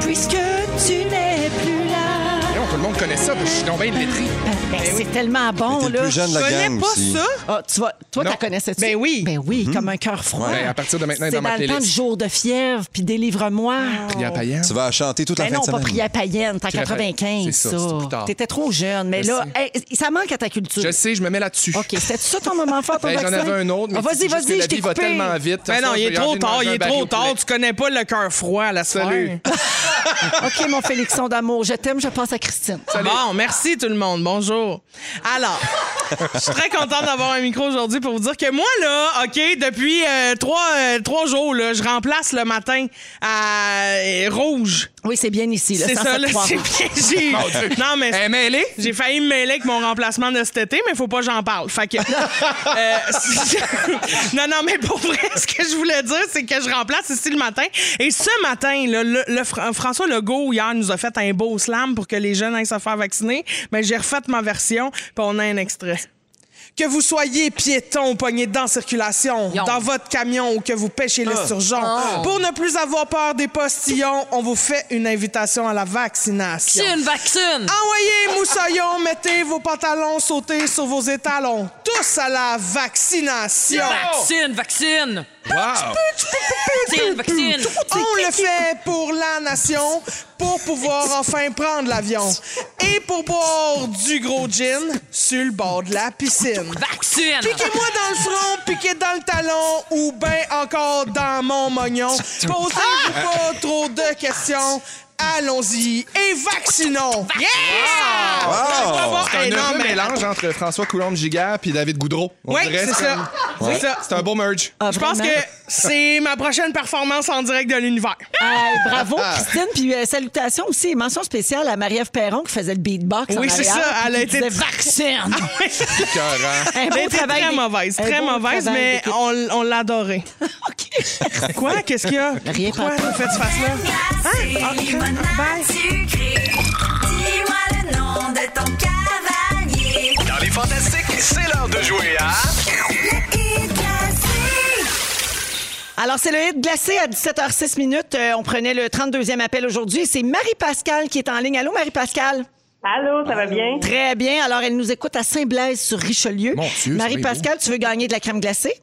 Speaker 5: Puisque tu n'es plus là.
Speaker 1: Voyons, tout le monde connaît ça. Je suis tombé lettré.
Speaker 3: Oh.
Speaker 5: Ben, c'est tellement bon,
Speaker 2: T'es le
Speaker 5: là.
Speaker 2: plus jeune de
Speaker 3: Je
Speaker 2: la
Speaker 3: connais
Speaker 2: gang
Speaker 3: pas
Speaker 2: aussi.
Speaker 3: ça.
Speaker 5: Ah, tu vas, toi,
Speaker 1: Non. Mhm.
Speaker 5: tu connaissais-tu?
Speaker 3: Ben oui.
Speaker 5: Ben oui, comme un cœur froid.
Speaker 1: Ouais, à partir de maintenant,
Speaker 5: C'est
Speaker 1: dans ma
Speaker 5: dans le temps du
Speaker 1: playlist.
Speaker 5: jour de fièvre, puis délivre-moi.
Speaker 1: Prière païenne.
Speaker 2: Tu vas chanter toute la
Speaker 5: Ben
Speaker 2: fin
Speaker 5: non,
Speaker 2: de
Speaker 5: pas
Speaker 2: semaine.
Speaker 5: prière païenne, t'as
Speaker 1: Prière païenne.
Speaker 5: 95,
Speaker 1: C'est ça,
Speaker 5: ça.
Speaker 1: c'est plus tard.
Speaker 5: T'étais trop jeune, mais
Speaker 1: Je
Speaker 5: là, hey, ça manque à ta culture.
Speaker 1: Je sais, je me mets là-dessus.
Speaker 5: OK, c'était ça ton moment fort, ton
Speaker 1: Ben, J'en
Speaker 5: vaccin?
Speaker 1: avais un
Speaker 3: Oh,
Speaker 1: autre, mais
Speaker 5: Ah, vas-y,
Speaker 1: c'est juste que
Speaker 5: vas-y,
Speaker 1: la
Speaker 5: je t'ai
Speaker 1: vie va
Speaker 5: coupé.
Speaker 1: tellement vite.
Speaker 3: Mais non,
Speaker 1: Ça,
Speaker 3: il est
Speaker 1: j'ai
Speaker 3: trop
Speaker 1: envie de
Speaker 3: tard,
Speaker 1: manger
Speaker 3: il
Speaker 1: un
Speaker 3: est
Speaker 1: baril
Speaker 3: trop
Speaker 1: au poulet.
Speaker 3: tard. Tu connais pas le cœur froid à la soirée.
Speaker 1: Salut.
Speaker 5: OK, mon Félixon d'amour, je t'aime, je pense à Christine.
Speaker 3: Bon, merci tout le monde. Bonjour. Alors, je suis très contente d'avoir un micro aujourd'hui pour vous dire que moi, là, OK, depuis euh, trois, euh, trois jours, là, je remplace le matin à euh, Rouge.
Speaker 5: Oui, c'est bien ici, le
Speaker 3: C'est ça, là,
Speaker 5: 107.3.
Speaker 3: c'est bien. J'ai... Non, mais
Speaker 1: Eh, mais elle est-
Speaker 3: j'ai failli me mêler avec mon remplacement de cet été, mais faut pas que j'en parle. Fait que. euh, c'est- non, non, mais pour vrai, ce que je voulais dire, c'est que je remplace ici le matin. Et ce matin, là, le, le Fra- François Legault, hier, nous a fait un beau slam pour que les jeunes aillent se faire vacciner. Mais j'ai refait ma version, puis on a un extrait. Que vous soyez piéton, poigné dans circulation, dans votre camion ou que vous pêchez l'esturgeon,
Speaker 7: Ah.
Speaker 3: pour ne plus avoir peur des postillons, on vous fait une invitation à la vaccination.
Speaker 7: C'est une vaccine.
Speaker 3: Envoyez Moussaillon, mettez vos pantalons, sautez sur vos étalons. Tous à la vaccination.
Speaker 7: Vaccine, vaccine.
Speaker 1: Wow!
Speaker 7: Vaccine, vaccine.
Speaker 3: On le fait pour la nation, pour pouvoir enfin prendre l'avion et pour boire du gros gin sur le bord de la piscine.
Speaker 7: Vaccine.
Speaker 3: Piquez-moi dans le front, piquez dans le talon ou ben encore dans mon mognon. Posez-vous
Speaker 1: Ah!
Speaker 3: pas trop de questions. Allons-y et vaccinons! Yeah!
Speaker 2: Wow!
Speaker 3: Je vais avoir
Speaker 1: C'est un
Speaker 3: énorme
Speaker 1: heureux mélange entre François Coulombe-Giga et David Goudreau. On
Speaker 3: Oui,
Speaker 1: dirait,
Speaker 3: c'est ça. C'est
Speaker 1: Ouais.
Speaker 3: ça.
Speaker 1: C'est un beau merge.
Speaker 5: Ah,
Speaker 3: Je pense que
Speaker 5: vraiment?
Speaker 3: c'est ma prochaine performance en direct de l'univers.
Speaker 5: Euh, bravo, Christine. Puis euh, salutations aussi. Mention spéciale à Marie-Ève Perron qui faisait le beatbox.
Speaker 3: Oui,
Speaker 5: en
Speaker 3: c'est
Speaker 5: arrière,
Speaker 3: ça,
Speaker 5: puis
Speaker 3: elle a
Speaker 5: qui
Speaker 3: été-
Speaker 5: disait vaccine.
Speaker 1: Écœurant.
Speaker 5: Un beau
Speaker 3: Elle était
Speaker 5: travail
Speaker 3: très
Speaker 5: d'équipe.
Speaker 3: mauvaise,
Speaker 5: Un
Speaker 3: très
Speaker 5: beau
Speaker 3: mauvaise,
Speaker 5: travail
Speaker 3: mais
Speaker 5: d'équipe.
Speaker 3: on, on l'adorait.
Speaker 5: OK.
Speaker 3: Quoi? Qu'est-ce qu'il y a?
Speaker 5: Rien,
Speaker 3: Pourquoi
Speaker 5: papa.
Speaker 3: vous faites face là? Hein? Ok, bye.
Speaker 8: Dis-moi le nom de ton cavalier.
Speaker 9: Dans les fantastiques, c'est l'heure de jouer à
Speaker 5: Alors, c'est le hit glacé à 17h06 minutes. Euh, on prenait le 32e appel aujourd'hui. C'est Marie-Pascale qui est en ligne. Allô, Marie-Pascale?
Speaker 4: Allô, ça va bien?
Speaker 5: Très bien. Alors, elle nous écoute à Saint-Blaise sur Richelieu.
Speaker 1: Mon Dieu, ça
Speaker 5: Marie-Pascale, tu veux gagner de la crème glacée?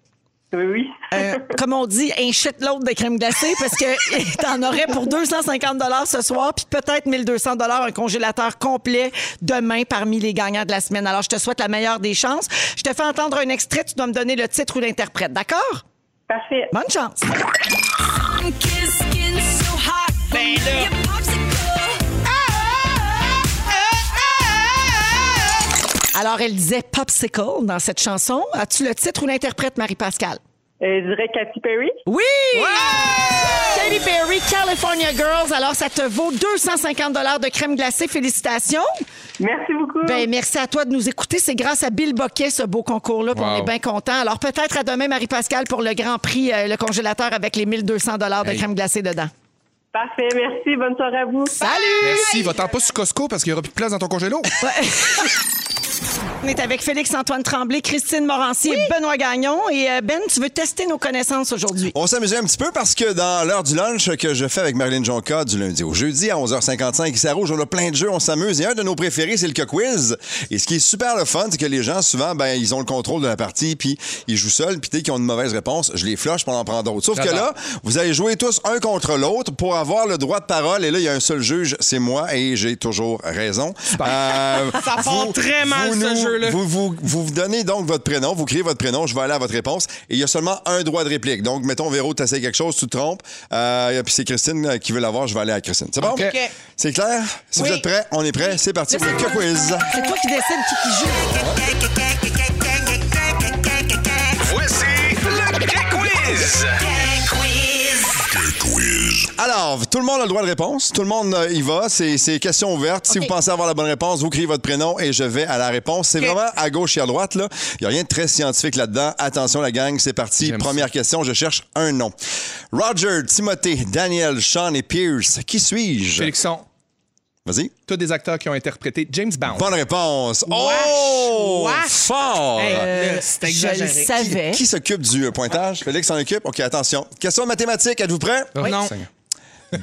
Speaker 4: Oui, oui.
Speaker 5: Euh, comme on dit, un shit l'autre de crème glacée parce que t'en aurais pour 250 ce soir, puis peut-être 1200 un congélateur complet demain parmi les gagnants de la semaine. Alors, je te souhaite la meilleure des chances. Je te fais entendre un extrait, tu dois me donner le titre ou l'interprète, d'accord?
Speaker 4: Parfait.
Speaker 5: Bonne chance.
Speaker 3: Ben là.
Speaker 5: Alors, elle disait Popsicle dans cette chanson. As-tu le titre ou l'interprète, Marie-Pascale?
Speaker 4: Euh, je dirais Katy Perry.
Speaker 5: Oui! Katy Perry, California Girls. Alors, ça te vaut 250 de crème glacée. Félicitations.
Speaker 4: Merci beaucoup.
Speaker 5: Ben, merci à toi de nous écouter. C'est grâce à Bill Boquet, ce beau concours-là. puis On
Speaker 1: Wow.
Speaker 5: est bien contents. Alors, peut-être à demain, Marie-Pascale, pour le Grand Prix, euh, le congélateur avec les 1200 de
Speaker 1: Hey.
Speaker 5: crème glacée dedans.
Speaker 4: Parfait. Merci. Bonne soirée à vous.
Speaker 5: Salut!
Speaker 1: Merci. Va-t'en pas sur Costco parce qu'il n'y aura plus de place dans ton congélo.
Speaker 5: On est avec Félix-Antoine Tremblay, Christine Morancy et Benoît Gagnon. Et euh, Ben, tu veux tester nos connaissances aujourd'hui.
Speaker 2: On s'amusait un petit peu parce que dans l'heure du lunch que je fais avec Marilyn Jonca du lundi au jeudi à 11h55, ici à Rouge, on a plein de jeux, on s'amuse. Et un de nos préférés, c'est le Coq Quiz. Et ce qui est super le fun, c'est que les gens, souvent, ben, ils ont le contrôle de la partie, puis ils jouent seuls, puis dès qu'ils ont une mauvaise réponse, je les flush pour en prendre d'autres. Sauf que
Speaker 1: J'adore.
Speaker 2: là, vous allez jouer tous un contre l'autre pour avoir le droit de parole. Et là, il y a un seul juge, c'est moi, et j'ai toujours raison. Euh,
Speaker 3: Ça part très mal,
Speaker 2: vous
Speaker 3: ce
Speaker 2: nous-
Speaker 3: jeu-là.
Speaker 2: vous, vous, vous donnez donc votre prénom, vous criez votre prénom, je vais aller à votre réponse. Et il y a seulement un droit de réplique. Donc, mettons, Véro, tu essaies quelque chose, tu te trompes. Euh, et puis c'est Christine euh, qui veut l'avoir, je vais aller à Christine. C'est bon?
Speaker 1: OK. OK.
Speaker 2: C'est clair? Si vous êtes prêts, on est prêts. C'est parti pour le Coq quiz.
Speaker 5: C'est toi qui décides qui, qui joue.
Speaker 9: Voici le Quiz.
Speaker 2: Alors, tout le monde a le droit de réponse. Tout le monde euh, y va. C'est c'est question ouverte. Si vous pensez avoir la bonne réponse, vous criez votre prénom et je vais à la réponse. C'est vraiment à gauche et à droite. là. Il n'y a rien de très scientifique là-dedans. Attention, la gang, c'est parti.
Speaker 1: J'aime
Speaker 2: Première question, je cherche un nom. Roger, Timothée, Daniel, Sean et Pierce. Qui suis-je?
Speaker 1: Félixon,
Speaker 2: Vas-y.
Speaker 1: tous des acteurs qui ont interprété James Bond.
Speaker 2: Bonne réponse. Oh!
Speaker 3: Wesh!
Speaker 2: Fort!
Speaker 1: Ah,
Speaker 3: Hey, là, c'est
Speaker 5: Euh, Je le
Speaker 3: exagéré.
Speaker 5: savais.
Speaker 2: Qui s'occupe du euh, pointage? Félix s'en occupe? OK, attention. Question mathématique, êtes-vous prêts?
Speaker 1: Oh,
Speaker 3: Non.
Speaker 1: Seigneur.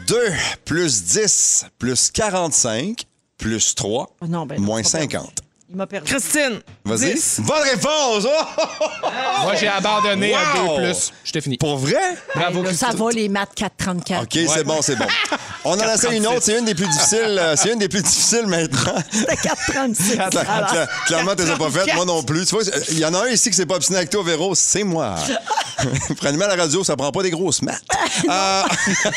Speaker 2: 2 plus 10 plus 45 plus 3,
Speaker 10: Oh non, ben non,
Speaker 2: moins
Speaker 10: c'est pas perdu.
Speaker 2: 50.
Speaker 10: Il m'a perdu.
Speaker 3: Christine.
Speaker 2: Vas-y.
Speaker 3: 10.
Speaker 2: Votre réponse! Oh!
Speaker 1: Moi, j'ai abandonné à
Speaker 2: Wow!
Speaker 1: 2 plus. J'étais fini.
Speaker 2: Pour vrai?
Speaker 1: Bravo,
Speaker 5: Là,
Speaker 1: Christine.
Speaker 5: ça va les maths 434.
Speaker 10: Ah.
Speaker 2: OK, c'est bon, c'est bon. On en essaie une autre, c'est une des plus difficiles. euh, c'est une des plus difficiles maintenant.
Speaker 10: C'était 4,36.
Speaker 2: Cla-
Speaker 10: Alors,
Speaker 2: cla- Clairement, tu les as pas faites, moi non plus. Tu vois, il y en a un ici qui s'est pas obstiné avec toi, Véro, c'est moi. Prenez-moi la radio, ça prend pas des grosses maths. Euh,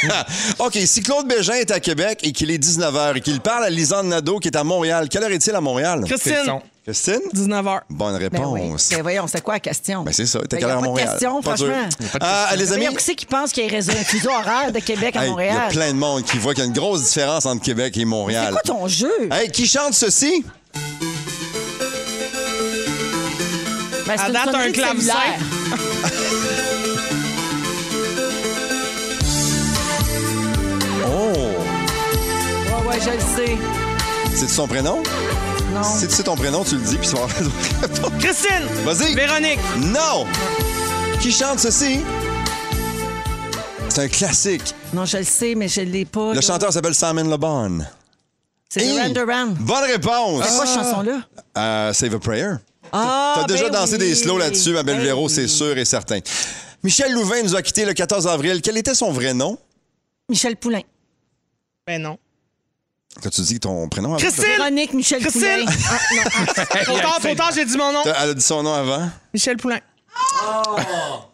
Speaker 2: OK, si Claude Bégin est à Québec et qu'il est 19h et qu'il parle à Lisanne Nadeau qui est à Montréal, quelle heure est-il à Montréal?
Speaker 1: C'est
Speaker 3: Christine.
Speaker 1: son.
Speaker 2: Christine?
Speaker 3: 19h.
Speaker 2: Bonne
Speaker 10: Ben oui.
Speaker 2: réponse.
Speaker 10: Ben voyons, c'est quoi la question?
Speaker 2: Ben, c'est ça, t'es
Speaker 10: Ben,
Speaker 2: quelle
Speaker 10: y a
Speaker 2: heure à
Speaker 10: pas de
Speaker 2: Montréal?
Speaker 10: question,
Speaker 2: Pas dur.
Speaker 10: franchement.
Speaker 2: Euh, les amis,
Speaker 5: Voyons, qui c'est qui pense qu'il y a raison- un fuseau horaire de Québec à
Speaker 2: hey, il y a
Speaker 5: Montréal?
Speaker 2: plein de monde qui voit qu'il y a une grosse différence entre Québec et
Speaker 5: C'est
Speaker 2: Montréal.
Speaker 5: quoi ton jeu?
Speaker 2: Hey, qui chante ceci?
Speaker 5: Ben, c'est
Speaker 3: À
Speaker 5: une
Speaker 3: date,
Speaker 5: sonnerie
Speaker 3: un
Speaker 5: de
Speaker 3: clavecin.
Speaker 5: cellulaire.
Speaker 2: Oh!
Speaker 5: Ouais, ouais, je le sais.
Speaker 2: C'est son prénom?
Speaker 5: Non.
Speaker 2: Si tu sais ton prénom, tu le dis, puis tu vas avoir raison.
Speaker 3: Christine.
Speaker 2: Vas-y.
Speaker 3: Véronique.
Speaker 2: Non! Qui chante ceci? C'est un classique.
Speaker 5: Non, je le sais, mais je l'ai pas.
Speaker 2: Le
Speaker 5: là.
Speaker 2: chanteur s'appelle Simon Lebon.
Speaker 5: C'est Duran
Speaker 2: Hey!
Speaker 5: Duran.
Speaker 2: Bonne réponse!
Speaker 5: C'est quoi cette chanson-là?
Speaker 2: Euh, Save a Prayer.
Speaker 5: Ah,
Speaker 2: T'as déjà
Speaker 5: ben
Speaker 2: dansé
Speaker 5: oui.
Speaker 2: des slows là-dessus, ma belle
Speaker 5: Ben
Speaker 2: Véro,
Speaker 5: oui.
Speaker 2: c'est sûr et certain. Michel Louvain nous a quittés le 14 avril. Quel était son vrai nom?
Speaker 5: Michel Poulain.
Speaker 3: Ben non.
Speaker 2: Quand tu dis ton prénom avant?
Speaker 3: Christine.
Speaker 5: Véronique Michel
Speaker 3: Christine.
Speaker 5: Poulain.
Speaker 3: Trop tard, trop tard, j'ai dit mon nom.
Speaker 2: t'as- Elle a dit son nom avant.
Speaker 3: Michel Poulain.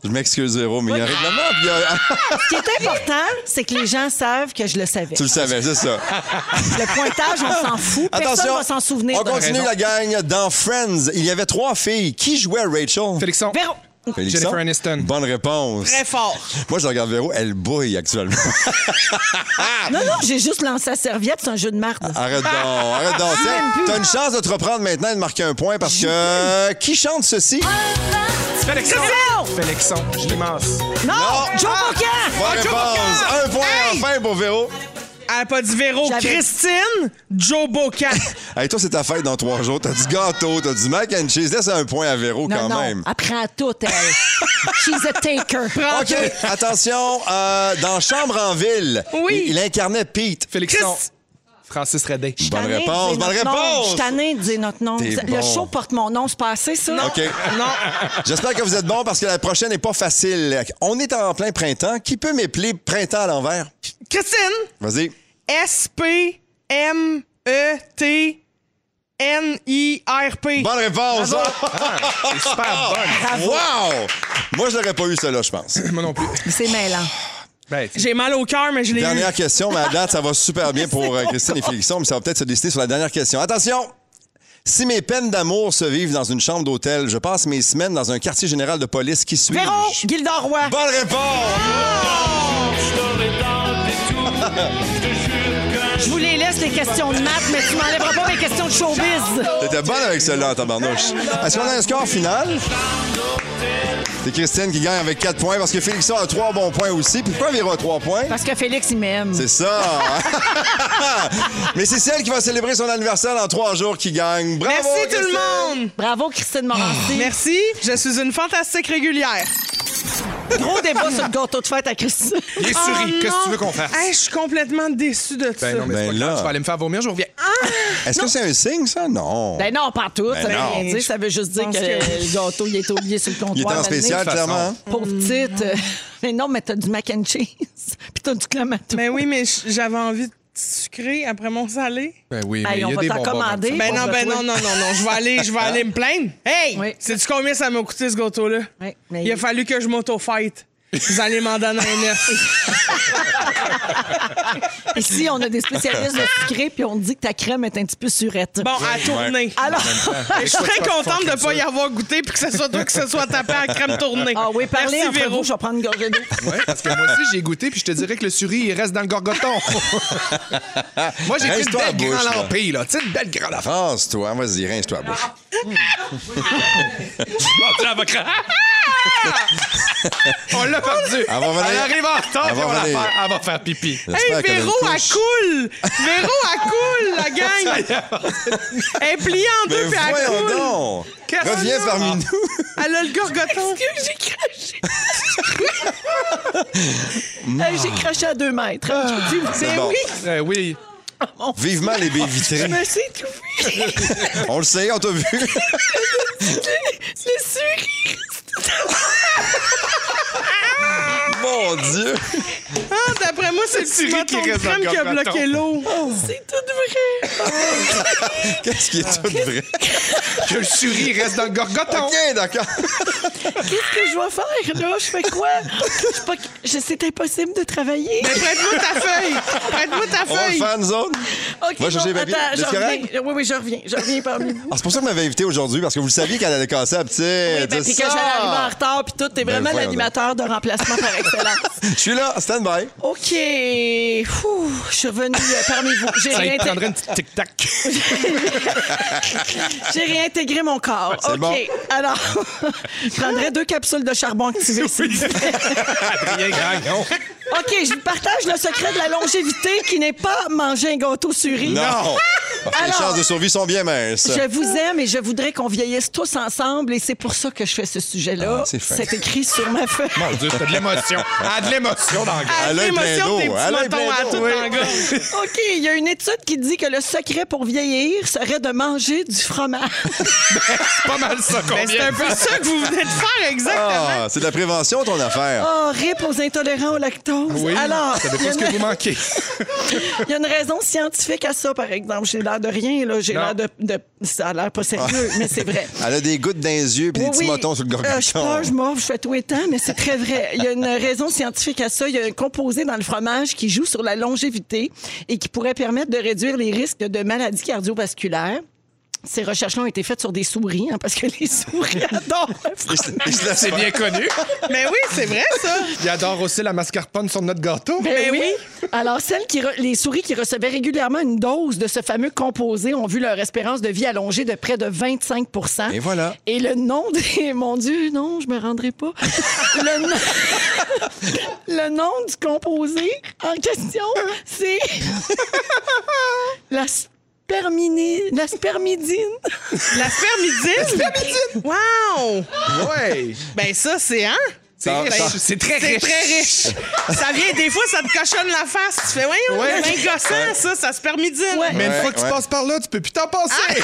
Speaker 2: Je m'excuse, Véro, mais il y a un règlement. puis il y a-
Speaker 5: Ce qui est important, c'est que les gens savent que je le savais.
Speaker 2: tu le savais, c'est ça.
Speaker 5: Le pointage, on s'en fout. Personne
Speaker 2: Attention,
Speaker 5: va s'en souvenir.
Speaker 2: on
Speaker 5: de-
Speaker 2: continue la gang. Dans Friends, il y avait trois filles. Qui jouait Rachel?
Speaker 1: Félixon.
Speaker 5: Véro.
Speaker 2: Félixon?
Speaker 1: Jennifer Aniston.
Speaker 2: Bonne réponse.
Speaker 3: Très fort.
Speaker 2: Moi, je regarde Véro, elle bouille actuellement.
Speaker 5: Non, non, j'ai juste lancé la serviette. C'est un jeu de merde.
Speaker 2: arrête donc, arrête
Speaker 5: Ah,
Speaker 2: donc. Tiens, T'as une chance de te reprendre maintenant et de marquer un point parce que... euh, qui chante ceci?
Speaker 1: Félixon. Félixon. Je l'immense.
Speaker 2: ah. Non.
Speaker 5: Non! Ah!
Speaker 2: ah,
Speaker 5: Joe Bocan!
Speaker 2: Bonne réponse. Un point enfin pour Véro.
Speaker 3: Elle a Hein, pas dit Véro.
Speaker 5: J'avais-
Speaker 3: Christine. Joe Bocan.
Speaker 2: Hey, toi, c'est ta fête dans trois jours. T'as du gâteau, t'as du mac and cheese. Laisse un point à Véro
Speaker 5: Non,
Speaker 2: quand
Speaker 5: non,
Speaker 2: même.
Speaker 5: elle prend tout, elle. She's a taker.
Speaker 2: OK, attention. euh, dans Chambre en ville,
Speaker 3: Oui.
Speaker 2: il, il incarnait Pete.
Speaker 1: Félixon.
Speaker 3: Chris-
Speaker 1: Francis Redé.
Speaker 2: Bonne réponse, bonne
Speaker 5: Je suis
Speaker 2: réponse.
Speaker 5: tannée de dire notre nom.
Speaker 2: T'es
Speaker 5: Le
Speaker 2: bon.
Speaker 5: show porte mon nom, c'est passé, ça?
Speaker 2: OK. J'espère que vous êtes bons parce que la prochaine n'est pas facile. On est en plein printemps. Qui peut m'épeler printemps à l'envers?
Speaker 3: Christine.
Speaker 2: Vas-y.
Speaker 3: E S-P-M-E-T-N-I-R-P.
Speaker 2: Bonne réponse. hein?
Speaker 1: C'est super bonne.
Speaker 2: wow! Moi, je l'aurais pas eu, celle-là, je pense.
Speaker 1: Moi non plus.
Speaker 5: C'est mêlant.
Speaker 1: Ben, tu-
Speaker 3: J'ai mal au cœur, mais je l'ai eu.
Speaker 2: Dernière question, mais à date, ça va super bien pour euh, Christine et Félixon, mais ça va peut-être se décider sur la dernière question. Attention! Si mes peines d'amour se vivent dans une chambre d'hôtel, je passe mes semaines dans un quartier général de police qui suit.
Speaker 5: Véro, Gildor Roy.
Speaker 2: Bonne réponse!
Speaker 5: Je vous les laisse, les questions de maths, mais tu m'enlèveras pas mes questions de showbiz.
Speaker 2: T'étais bonne avec celle-là en tabarnouche. Est-ce qu'on a un score final? C'est Christine qui gagne avec 4 points parce que Félixon a 3 bons points aussi. Puis pourquoi Véro a 3 points?
Speaker 5: Parce que Félix, il m'aime.
Speaker 2: C'est ça! Mais c'est celle qui va célébrer son anniversaire dans 3 jours qui gagne. Bravo!
Speaker 3: Merci tout
Speaker 2: Christine!
Speaker 3: le monde.
Speaker 5: Bravo, Christine Morancy.
Speaker 3: Merci. Je suis une fantastique régulière.
Speaker 2: Ah.
Speaker 5: Gros débat sur le gâteau de fête à Christine. Ah.
Speaker 1: il est souris. Qu'est-ce
Speaker 3: Oh
Speaker 1: que tu
Speaker 3: non.
Speaker 1: veux qu'on fasse?
Speaker 3: Hey, je suis complètement déçue de ça.
Speaker 1: Ben non, mais c'est
Speaker 2: Ben
Speaker 1: pas
Speaker 2: là.
Speaker 1: grave. Je vais aller me faire vomir, je reviens.
Speaker 2: Est-ce que c'est un signe, ça? Non.
Speaker 5: Ben non, pas tout. ça veut
Speaker 2: non.
Speaker 5: rien dire. Ça veut juste dire
Speaker 3: Je
Speaker 5: que
Speaker 3: pense que-
Speaker 5: le gâteau, il est oublié sur le comptoir.
Speaker 2: Il était en
Speaker 5: maintenant.
Speaker 2: spécial,
Speaker 1: de toute
Speaker 2: clairement.
Speaker 1: façon.
Speaker 2: hein?
Speaker 5: Pour petite. euh, Mais non, mais t'as du mac and cheese. Puis t'as du clamato.
Speaker 3: Ben oui, mais j- j'avais envie de sucrer après mon salé.
Speaker 1: Ben oui,
Speaker 5: Hey,
Speaker 1: mais il
Speaker 5: on
Speaker 1: y a
Speaker 5: va
Speaker 1: des
Speaker 5: t'en
Speaker 1: bonbons. dans
Speaker 5: commander.
Speaker 1: ça.
Speaker 3: Ben
Speaker 5: Bon,
Speaker 3: non,
Speaker 5: ben
Speaker 3: ben
Speaker 5: toi.
Speaker 3: non, non, non, non. Je vais aller, je vais aller me plaindre. Hey!
Speaker 5: Oui.
Speaker 3: Sais-tu combien ça m'a coûté ce gâteau-là?
Speaker 5: Oui, mais-
Speaker 3: Il a fallu que je m'auto-fight. Vous allez m'en donner un neuf.
Speaker 5: Ici, on a des spécialistes de sucré, puis on dit que ta crème est un petit peu surette.
Speaker 3: Bon, à tourner.
Speaker 2: Ah,
Speaker 5: Alors,
Speaker 3: Je suis très contente de ne pas y avoir goûté puis que ce soit toi que ce soit tapé à crème tournée.
Speaker 5: ah oui, parlez
Speaker 3: Merci,
Speaker 5: entre
Speaker 3: Véro.
Speaker 5: vous, je vais prendre une gorgée d'eau.
Speaker 1: Ben Ouais, parce que moi aussi, j'ai goûté, puis je te dirais que le suri, il reste dans le gorgoton. moi, j'ai pris une
Speaker 2: Rince-toi la
Speaker 1: belle
Speaker 2: bouche, là.
Speaker 1: grande lampée, là. Tu sais, une belle grande affaire.
Speaker 2: Pense, toi, hein, vas-y, rince-toi la bouche.
Speaker 1: On l'a perdu.
Speaker 5: Ah,
Speaker 2: Elle va venir.
Speaker 1: Elle arrive en retard,
Speaker 2: Elle
Speaker 1: puis
Speaker 2: Ah, va
Speaker 1: on la
Speaker 2: venir.
Speaker 1: perd. Elle va faire pipi.
Speaker 2: J'espère
Speaker 3: Hey,
Speaker 2: qu'elle a
Speaker 3: Véro,
Speaker 2: une
Speaker 3: elle
Speaker 2: couche.
Speaker 3: coule! Véro, elle coule, la gang! Elle est pliée en
Speaker 2: Mais
Speaker 3: deux, puis elle
Speaker 2: voyons
Speaker 3: coule!
Speaker 2: donc!
Speaker 3: Qu'est-ce
Speaker 2: Reviens
Speaker 3: qu'on a?
Speaker 2: parmi nous.
Speaker 3: Elle a le gorgoton. j'ai
Speaker 5: Euh, J'ai craché à deux mètres. Je vous dis,
Speaker 3: C'est
Speaker 2: Bon.
Speaker 3: oui!
Speaker 1: Euh, oui.
Speaker 5: Ah.
Speaker 2: Vivement les baies
Speaker 3: Je
Speaker 2: vitrées.
Speaker 3: me suis étouffée.
Speaker 2: On le sait, on t'a vu.
Speaker 3: Le sourire.
Speaker 2: Mon Dieu.
Speaker 3: Ah, d'après moi, c'est le
Speaker 1: C'est
Speaker 3: petit
Speaker 1: celui qui
Speaker 3: bâton de
Speaker 1: reste
Speaker 3: crème
Speaker 1: encore
Speaker 3: qui a
Speaker 1: bâton.
Speaker 3: bloqué l'eau.
Speaker 5: Ah.
Speaker 3: C'est tout vrai.
Speaker 2: Qu'est-ce qui
Speaker 5: Ah.
Speaker 2: est tout vrai?
Speaker 1: Que le suri reste dans le gorgoton.
Speaker 2: OK, d'accord.
Speaker 5: Qu'est-ce que je vais faire, là? Je fais quoi? Je suis pas- je- C'est impossible de travailler.
Speaker 3: Mais prête-moi ta feuille. Prête-moi ta
Speaker 2: On va le
Speaker 3: feuille.
Speaker 2: faire, nous autres.
Speaker 5: OK,
Speaker 2: Va chercher les papiers.
Speaker 5: attends,
Speaker 2: Vous
Speaker 5: je
Speaker 2: êtes correct?
Speaker 5: reviens. Oui, oui, je reviens. Je reviens parmi vous.
Speaker 2: Ah, c'est pour ça que vous m'avez invité aujourd'hui, parce que vous le saviez qu'elle allait casser la petite.
Speaker 5: Oui, ben, puis que
Speaker 2: Ça.
Speaker 5: j'allais arriver en retard, puis tout, t'es
Speaker 2: Ben,
Speaker 5: vraiment
Speaker 2: voyons
Speaker 5: l'animateur de remplacement par excellence.
Speaker 2: Je suis là, stand-by.
Speaker 5: OK. Ouh, je suis revenue euh, parmi vous. J'ai
Speaker 1: Ça, il te
Speaker 5: réinté-
Speaker 1: prendrait une petite tic-tac.
Speaker 5: j'ai réintégré mon corps.
Speaker 2: C'est
Speaker 5: OK.
Speaker 2: bon.
Speaker 5: Alors, je prendrais deux capsules de charbon activé, s'il vous plaît.
Speaker 1: Adrien Gagnon.
Speaker 5: OK, je vous partage le secret de la longévité qui n'est pas manger un gâteau suré.
Speaker 2: Non. Les
Speaker 5: Alors-
Speaker 2: chances de survie sont bien minces.
Speaker 5: Je vous aime et je voudrais qu'on vieillisse tous ensemble et c'est pour ça que je fais ce sujet-là.
Speaker 2: Ah, c'est fin.
Speaker 5: c'est écrit sur ma feuille.
Speaker 1: Mon Dieu, t'as de l'émotion. Ah, de l'émotion dans le
Speaker 3: Ah,
Speaker 1: gars.
Speaker 2: Elle a eu plein
Speaker 3: l'émotion
Speaker 2: d'eau.
Speaker 3: de tes
Speaker 2: Elle a eu
Speaker 3: petits
Speaker 2: plein
Speaker 3: motons à
Speaker 2: d'eau,
Speaker 3: tout
Speaker 2: oui.
Speaker 3: en gorge.
Speaker 5: OK, il y a une étude qui dit que le secret pour vieillir serait de manger du fromage.
Speaker 1: C'est pas mal ça qu'on
Speaker 3: Ben, c'est
Speaker 1: vient
Speaker 3: un
Speaker 1: de
Speaker 3: peu
Speaker 1: faire.
Speaker 3: ça que vous venez de faire, exactement.
Speaker 2: Ah, c'est de la prévention, ton affaire.
Speaker 5: Oh, rip aux intolérants au lactose.
Speaker 1: Oui,
Speaker 5: Alors,
Speaker 1: ça
Speaker 5: il y
Speaker 1: dépend
Speaker 5: a
Speaker 1: ce que
Speaker 5: une-
Speaker 1: vous manquez.
Speaker 5: il y, a une raison scientifique à ça, par exemple. J'ai l'air de rien, là. J'ai
Speaker 1: Non.
Speaker 5: l'air de, de- Ça a l'air pas sérieux, mais c'est vrai.
Speaker 2: Elle a des gouttes dans les yeux Ah. puis des
Speaker 5: Oui,
Speaker 2: petits
Speaker 5: oui.
Speaker 2: motons sur le gorgoton.
Speaker 5: Euh, je pleure, je mords, je fais tout étant, mais c'est très vrai. Il y a une raison scientifique à ça. Il y a un composé dans le fromage qui joue sur la longévité et qui pourrait permettre de réduire les risques de maladies cardiovasculaires. Ces recherches-là ont été faites sur des souris, hein, parce que les souris adorent le fromage.
Speaker 2: Il se la-
Speaker 1: C'est
Speaker 3: Ah.
Speaker 1: bien connu.
Speaker 3: Mais Ben oui, c'est vrai, ça.
Speaker 1: Il adore aussi la mascarpone sur notre gâteau.
Speaker 5: Ben oui. Alors, celles qui re- les souris qui recevaient régulièrement une dose de ce fameux composé ont vu leur espérance de vie allongée de près de 25
Speaker 2: Et voilà.
Speaker 5: Et le nom des... Mon Dieu, non, je me rendrai pas. le, nom... le nom du composé en question, c'est la spermini- la spermidine.
Speaker 3: La spermidine. La spermidine. Wow.
Speaker 1: Ouais.
Speaker 3: Ben ça, c'est un.
Speaker 1: C'est
Speaker 5: Ben
Speaker 2: Ça-
Speaker 1: riche.
Speaker 2: ça-
Speaker 1: C'est très
Speaker 3: C'est
Speaker 1: riche.
Speaker 3: très riche. ça vient, des fois, ça te cochonne la face. Tu fais, voyons,
Speaker 1: Ouais.
Speaker 3: c'est bien gossant, ça, ça se permidine.
Speaker 5: Ouais.
Speaker 1: Mais une
Speaker 2: Ouais,
Speaker 1: fois que tu
Speaker 2: ouais.
Speaker 1: passes par là, tu peux plus t'en passer.
Speaker 5: Ah,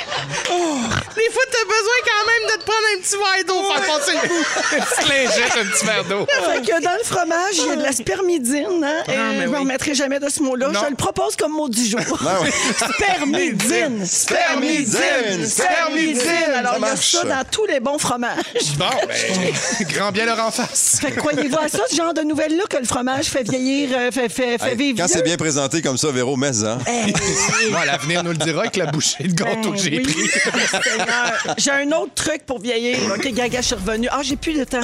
Speaker 3: Des fois, t'as besoin quand même de te prendre un petit verre d'eau. Fait qu'on sait le coup.
Speaker 1: Un petit lingette, un petit verre d'eau.
Speaker 5: Fait que dans le fromage, il y a de la spermidine. Hein?
Speaker 2: Ah,
Speaker 5: Et
Speaker 3: mais
Speaker 5: je ne
Speaker 3: oui.
Speaker 5: remettrai jamais de ce mot-là.
Speaker 1: Non.
Speaker 5: Je le propose comme mot du jour.
Speaker 2: Non, Ben oui.
Speaker 5: Spermidine.
Speaker 2: Spermidine.
Speaker 5: Spermidine. Alors,
Speaker 2: Ça
Speaker 5: il y a
Speaker 2: marche.
Speaker 5: ça dans tous les bons fromages.
Speaker 1: Bon, ben, grand bien leur en face.
Speaker 5: Fait que croyez-vous à ça, ce genre de nouvelle-là, que le fromage fait vieillir, euh, fait, fait, fait
Speaker 2: Hey,
Speaker 5: vivre
Speaker 2: quand c'est
Speaker 5: vieux?
Speaker 2: bien présenté comme ça, Véro, mais hein.
Speaker 1: Moi, l'avenir nous le dira avec la bouchée de gâteau
Speaker 5: Ben
Speaker 1: que j'ai
Speaker 5: oui,
Speaker 1: pris.
Speaker 5: Seigneur. J'ai un autre truc pour vieillir. OK, Gaga, je suis revenue. Ah, j'ai plus le temps.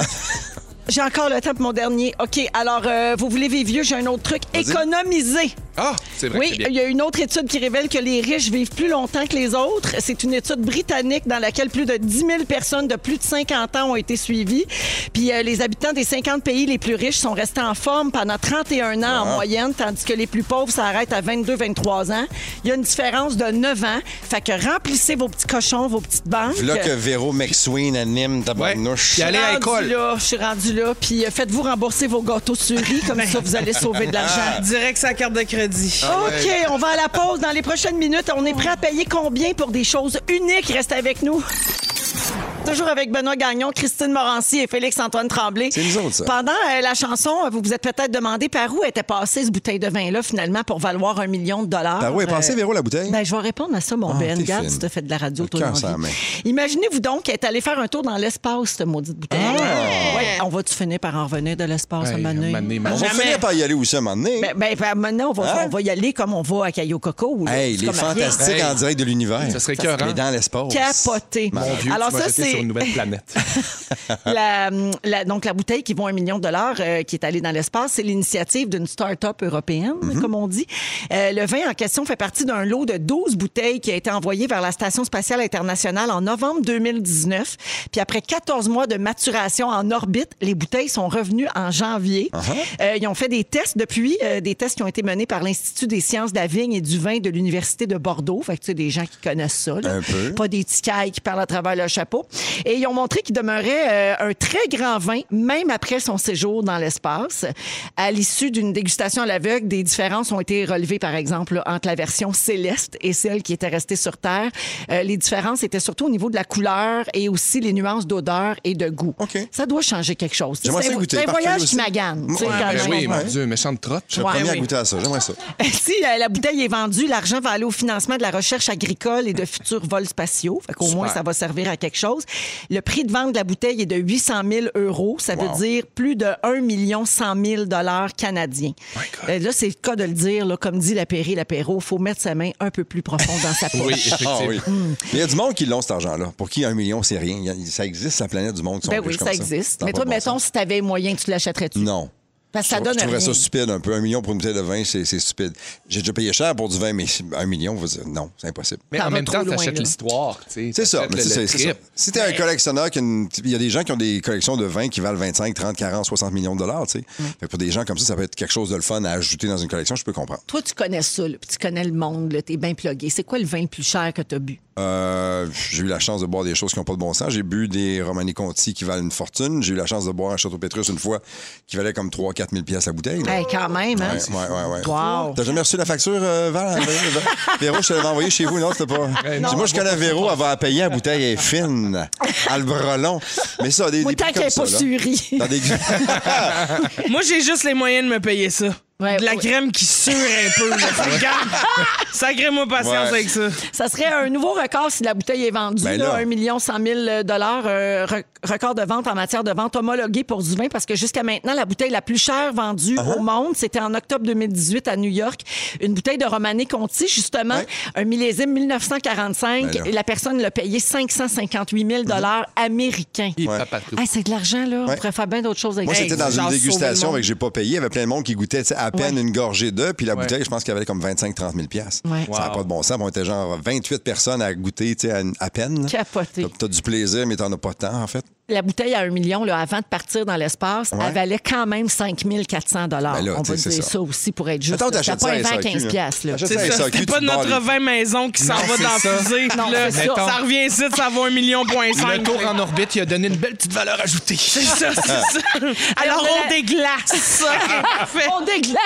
Speaker 5: J'ai encore le temps pour mon dernier. OK, alors, euh, vous voulez vivre vieux, j'ai un autre truc. Économiser.
Speaker 1: Ah, c'est vrai que
Speaker 5: Oui,
Speaker 1: c'est bien.
Speaker 5: il y a une autre étude qui révèle que les riches vivent plus longtemps que les autres. C'est une étude britannique dans laquelle plus de 10 000 personnes de plus de 50 ans ont été suivies. Puis euh, les habitants des 50 pays les plus riches sont restés en forme pendant 31 ans en
Speaker 1: Ah.
Speaker 5: moyenne, tandis que les plus pauvres s'arrêtent à 22-23 ans. Il y a une différence de 9 ans. Fait que remplissez vos petits cochons, vos petites banques.
Speaker 2: Là que Véro McSween anime ta
Speaker 1: Ouais.
Speaker 2: barnouche.
Speaker 1: Puis aller à
Speaker 5: Rendu
Speaker 1: l'école.
Speaker 5: là, je suis rendu là, puis euh, faites-vous rembourser vos gâteaux de riz, comme
Speaker 1: Ben.
Speaker 5: ça vous allez sauver de l'argent.
Speaker 3: Direct sa carte de crédit.
Speaker 2: Ah
Speaker 5: OK, on va à la pause dans les prochaines minutes. On est prêt à payer combien pour des choses uniques? Restez avec nous. Toujours avec Benoît Gagnon, Christine Morancy et Félix-Antoine Tremblay.
Speaker 2: C'est nous autres, ça.
Speaker 5: Pendant euh, la chanson, vous vous êtes peut-être demandé par où était passée cette bouteille de vin-là, finalement, pour valoir un million de dollars.
Speaker 2: Par où est passée,
Speaker 5: Euh,
Speaker 2: Ah Véro, la bouteille?
Speaker 5: ben, je vais répondre à ça, mon
Speaker 2: Ah,
Speaker 5: Ben.
Speaker 2: t'es
Speaker 5: Regarde,
Speaker 2: fine.
Speaker 5: tu te fait de la radio,
Speaker 2: Le
Speaker 5: toi,
Speaker 2: cœur
Speaker 5: dans
Speaker 2: sur la
Speaker 5: vie.
Speaker 2: main.
Speaker 5: Imaginez-vous donc être allé faire un tour dans l'espace, cette maudite bouteille.
Speaker 2: Ah!
Speaker 5: Ouais, on va-tu finir par en revenir de l'espace
Speaker 1: Hey,
Speaker 5: à un moment donné?
Speaker 1: un moment donné, man.
Speaker 2: On va
Speaker 3: Jamais.
Speaker 2: finir par y aller aussi un moment donné.
Speaker 5: Ben, ben, ben, maintenant, on va,
Speaker 2: Hein?
Speaker 5: on va y aller comme on va à Caillou Coco. là.
Speaker 2: hey,
Speaker 5: C'est
Speaker 2: les
Speaker 5: comme à rien.
Speaker 2: fantastiques
Speaker 1: Hey.
Speaker 2: en direct de l'univers.
Speaker 1: Ça serait
Speaker 2: cœur.
Speaker 1: écœurant.
Speaker 2: Mais dans l'espace.
Speaker 5: Capoté.
Speaker 1: Mon vieux,
Speaker 5: Alors
Speaker 1: tu m'as
Speaker 5: ça,
Speaker 1: jeté sur
Speaker 5: c'est
Speaker 1: une nouvelle planète.
Speaker 5: la, la- donc la bouteille qui vaut un million de dollars euh, qui est allée dans l'espace. C'est l'initiative d'une start-up européenne,
Speaker 2: Mhm.
Speaker 5: comme on dit. Euh, le vin en question fait partie d'un lot de 12 bouteilles qui a été envoyé vers la Station spatiale internationale en novembre 2019. Puis après 14 mois de maturation en orbite, les bouteilles sont revenues en janvier.
Speaker 2: Uh-huh.
Speaker 5: Euh, ils ont fait des tests depuis, euh, des tests qui ont été menés par l'Institut des sciences de la vigne et du vin de l'Université de Bordeaux. Fait que tu sais, des gens qui connaissent ça. là.
Speaker 2: Un peu.
Speaker 5: Pas des petits cailles qui parlent à travers leur chapeau. Et ils ont montré qu'il demeurait euh, un très grand vin, même après son séjour dans l'espace. À l'issue d'une dégustation à l'aveugle, des différences ont été relevées, par exemple, là, entre la version céleste et celle qui était restée sur Terre. Euh, les différences étaient surtout au niveau de la couleur et aussi les nuances d'odeur et de goût.
Speaker 2: OK.
Speaker 5: Ça doit changer quelque chose. C'est
Speaker 2: J'aimerais ça
Speaker 5: un,
Speaker 2: goûter,
Speaker 5: c'est un
Speaker 2: par
Speaker 5: voyage
Speaker 2: curiosité.
Speaker 5: qui magane. tu sais,
Speaker 2: Ouais,
Speaker 5: quand
Speaker 1: Ben
Speaker 5: même.
Speaker 1: oui, mon
Speaker 2: Ouais.
Speaker 1: Dieu, méchante
Speaker 2: Je
Speaker 1: trotte.
Speaker 2: suis le
Speaker 5: Ouais,
Speaker 2: premier à
Speaker 5: oui.
Speaker 2: goûter à ça. J'aimerais ça.
Speaker 5: si euh, la bouteille est vendue, l'argent va aller au financement de la recherche agricole et de futurs vols spatiaux. Fait qu'au
Speaker 1: Super.
Speaker 5: moins, ça va servir à quelque chose. Le prix de vente de la bouteille est de 800 000 euros. Ça veut dire plus de 1 million 100 000 dollars canadiens. Euh, là, c'est le cas de le dire. là, comme dit l'apéry, l'apéro, faut mettre sa main un peu plus profond dans sa poche.
Speaker 1: Oui,
Speaker 2: Ah oui.
Speaker 1: effectivement.
Speaker 2: Mais Il y a du monde qui l'ont, cet argent-là. Pour qui un million, c'est rien. Il y a- Ça existe, la planète du monde. qui sont
Speaker 5: Ben
Speaker 2: riches
Speaker 5: oui,
Speaker 2: comme
Speaker 5: ça existe.
Speaker 2: n'a
Speaker 5: Mais
Speaker 2: pas
Speaker 5: toi,
Speaker 2: de bon
Speaker 5: mettons,
Speaker 2: sens.
Speaker 5: si t'avais moyen, tu l'achèterais-tu?
Speaker 2: Non.
Speaker 5: Parce que ça
Speaker 2: Je-
Speaker 5: donne
Speaker 2: je trouverais
Speaker 5: rien.
Speaker 2: ça stupide un peu. Un million pour une bouteille de vin, c'est c'est stupide. J'ai déjà payé cher pour du vin, mais un million, vous dire, non, c'est impossible.
Speaker 1: Mais
Speaker 5: Ça
Speaker 1: en
Speaker 5: va
Speaker 1: même
Speaker 5: trop
Speaker 1: temps,
Speaker 5: loin,
Speaker 1: t'achètes
Speaker 5: là.
Speaker 1: l'histoire. tu sais,
Speaker 2: C'est ça,
Speaker 1: t'achètes
Speaker 2: mais
Speaker 1: le-
Speaker 2: c'est
Speaker 1: le
Speaker 2: c'est ça.
Speaker 1: trip.
Speaker 2: Si t'es un collectionneur, qui a une- il y a des gens qui ont des collections de vins qui valent 25, 30, 40, 60 millions de dollars. tu sais. Fait que Pour des gens comme ça, ça peut être quelque chose de le fun à ajouter dans une collection, je peux comprendre.
Speaker 5: Toi, tu connais ça, là, puis tu connais le monde, là, t'es bien plugué. C'est quoi le vin le plus cher que t'as bu?
Speaker 2: Euh, j'ai eu la chance de boire des choses qui n'ont pas de bon sens. J'ai bu des Romani Conti qui valent une fortune. J'ai eu la chance de boire un Château Pétrus une fois qui valait comme 3-4 000 pièces la bouteille. là.
Speaker 5: Hey, quand même, hein?
Speaker 2: Ouais, ouais, ouais, ouais.
Speaker 5: Wow.
Speaker 2: T'as jamais reçu la facture, euh, Val? Véro, je te l'avais envoyée chez vous, non? C'était pas. Dis, moi, je connais Véro, elle va la payer la bouteille, elle est fine. Elle le brelon. Mais ça, des.
Speaker 5: Moi,
Speaker 2: des
Speaker 5: tant
Speaker 2: prix
Speaker 5: qu'elle
Speaker 2: comme
Speaker 5: n'est
Speaker 2: ça,
Speaker 5: pas
Speaker 2: là.
Speaker 5: surie.
Speaker 2: Dans des-
Speaker 3: Moi, j'ai juste les moyens de me payer ça.
Speaker 5: Ouais,
Speaker 3: de la
Speaker 5: ouais.
Speaker 3: crème qui sure un peu. là. Fait que, Regarde, sacrez-moi patience
Speaker 2: Ouais.
Speaker 3: avec ça.
Speaker 5: Ça serait un nouveau record si la bouteille est vendue.
Speaker 2: Ben
Speaker 5: là,
Speaker 2: là.
Speaker 5: 1 million 100 000 dollars, euh, record de vente en matière de vente homologuée pour du vin, parce que jusqu'à maintenant, la bouteille la plus chère vendue
Speaker 2: Uh-huh.
Speaker 5: au monde, c'était en octobre 2018 à New York. Une bouteille de Romanée Conti, justement,
Speaker 2: Ouais.
Speaker 5: un millésime 1945.
Speaker 2: Ben là. Mm-hmm.
Speaker 5: et la personne l'a payé 558 000 dollars américains.
Speaker 1: Et papa tout.
Speaker 5: Hey, c'est de l'argent, là. On
Speaker 2: Ouais.
Speaker 5: pourrait faire bien d'autres choses avec
Speaker 2: Moi,
Speaker 5: ça.
Speaker 2: c'était dans
Speaker 3: genre,
Speaker 2: une
Speaker 3: sauver le
Speaker 2: dégustation
Speaker 3: monde.
Speaker 2: avec j'ai pas payé. Il y avait plein de monde qui goûtait tu sais, à peine
Speaker 5: Ouais.
Speaker 2: une gorgée d'œufs, puis la
Speaker 1: Ouais.
Speaker 2: bouteille, je pense qu'elle valait comme 25-30 000 pièces.
Speaker 5: Ouais.
Speaker 2: Ça n'a
Speaker 1: Wow.
Speaker 2: pas de bon sens. On était genre 28 personnes à goûter tu sais, à, une- à peine. là.
Speaker 5: Capoté.
Speaker 2: T'as- T'as du plaisir, mais t'en as pas tant, en fait.
Speaker 5: la bouteille à un million, là, avant de partir dans l'espace,
Speaker 2: Ouais.
Speaker 5: elle valait quand même 5 400 dollars.
Speaker 2: Ben là,
Speaker 5: On
Speaker 2: tu
Speaker 5: va
Speaker 2: sais, c'est
Speaker 5: dire ça.
Speaker 2: ça.
Speaker 5: aussi pour être juste.
Speaker 2: Attends,
Speaker 5: T'as
Speaker 2: t'achètes
Speaker 5: pas
Speaker 2: ça
Speaker 5: un
Speaker 2: à
Speaker 5: vin à
Speaker 2: SAQ,
Speaker 5: 15
Speaker 2: là.
Speaker 5: piastres, là.
Speaker 2: T'achètes
Speaker 3: C'est
Speaker 2: Ça,
Speaker 3: ça,
Speaker 2: SAQ,
Speaker 3: c'était
Speaker 2: tu
Speaker 3: pas
Speaker 2: te barres
Speaker 3: notre
Speaker 2: les-
Speaker 3: vin maison qui s'en
Speaker 1: Non,
Speaker 3: va
Speaker 1: c'est
Speaker 3: dans la
Speaker 1: ça.
Speaker 3: fusée.
Speaker 5: Non,
Speaker 3: là,
Speaker 5: c'est ça.
Speaker 3: ça revient ici, ça vaut un million point
Speaker 1: Le
Speaker 3: cinq.
Speaker 1: tour en Ah. orbite, il a donné une belle petite valeur ajoutée.
Speaker 3: C'est ça, c'est ça. Alors,
Speaker 5: on a
Speaker 3: on,
Speaker 5: la-
Speaker 3: déglace. Parfait.
Speaker 5: On déglace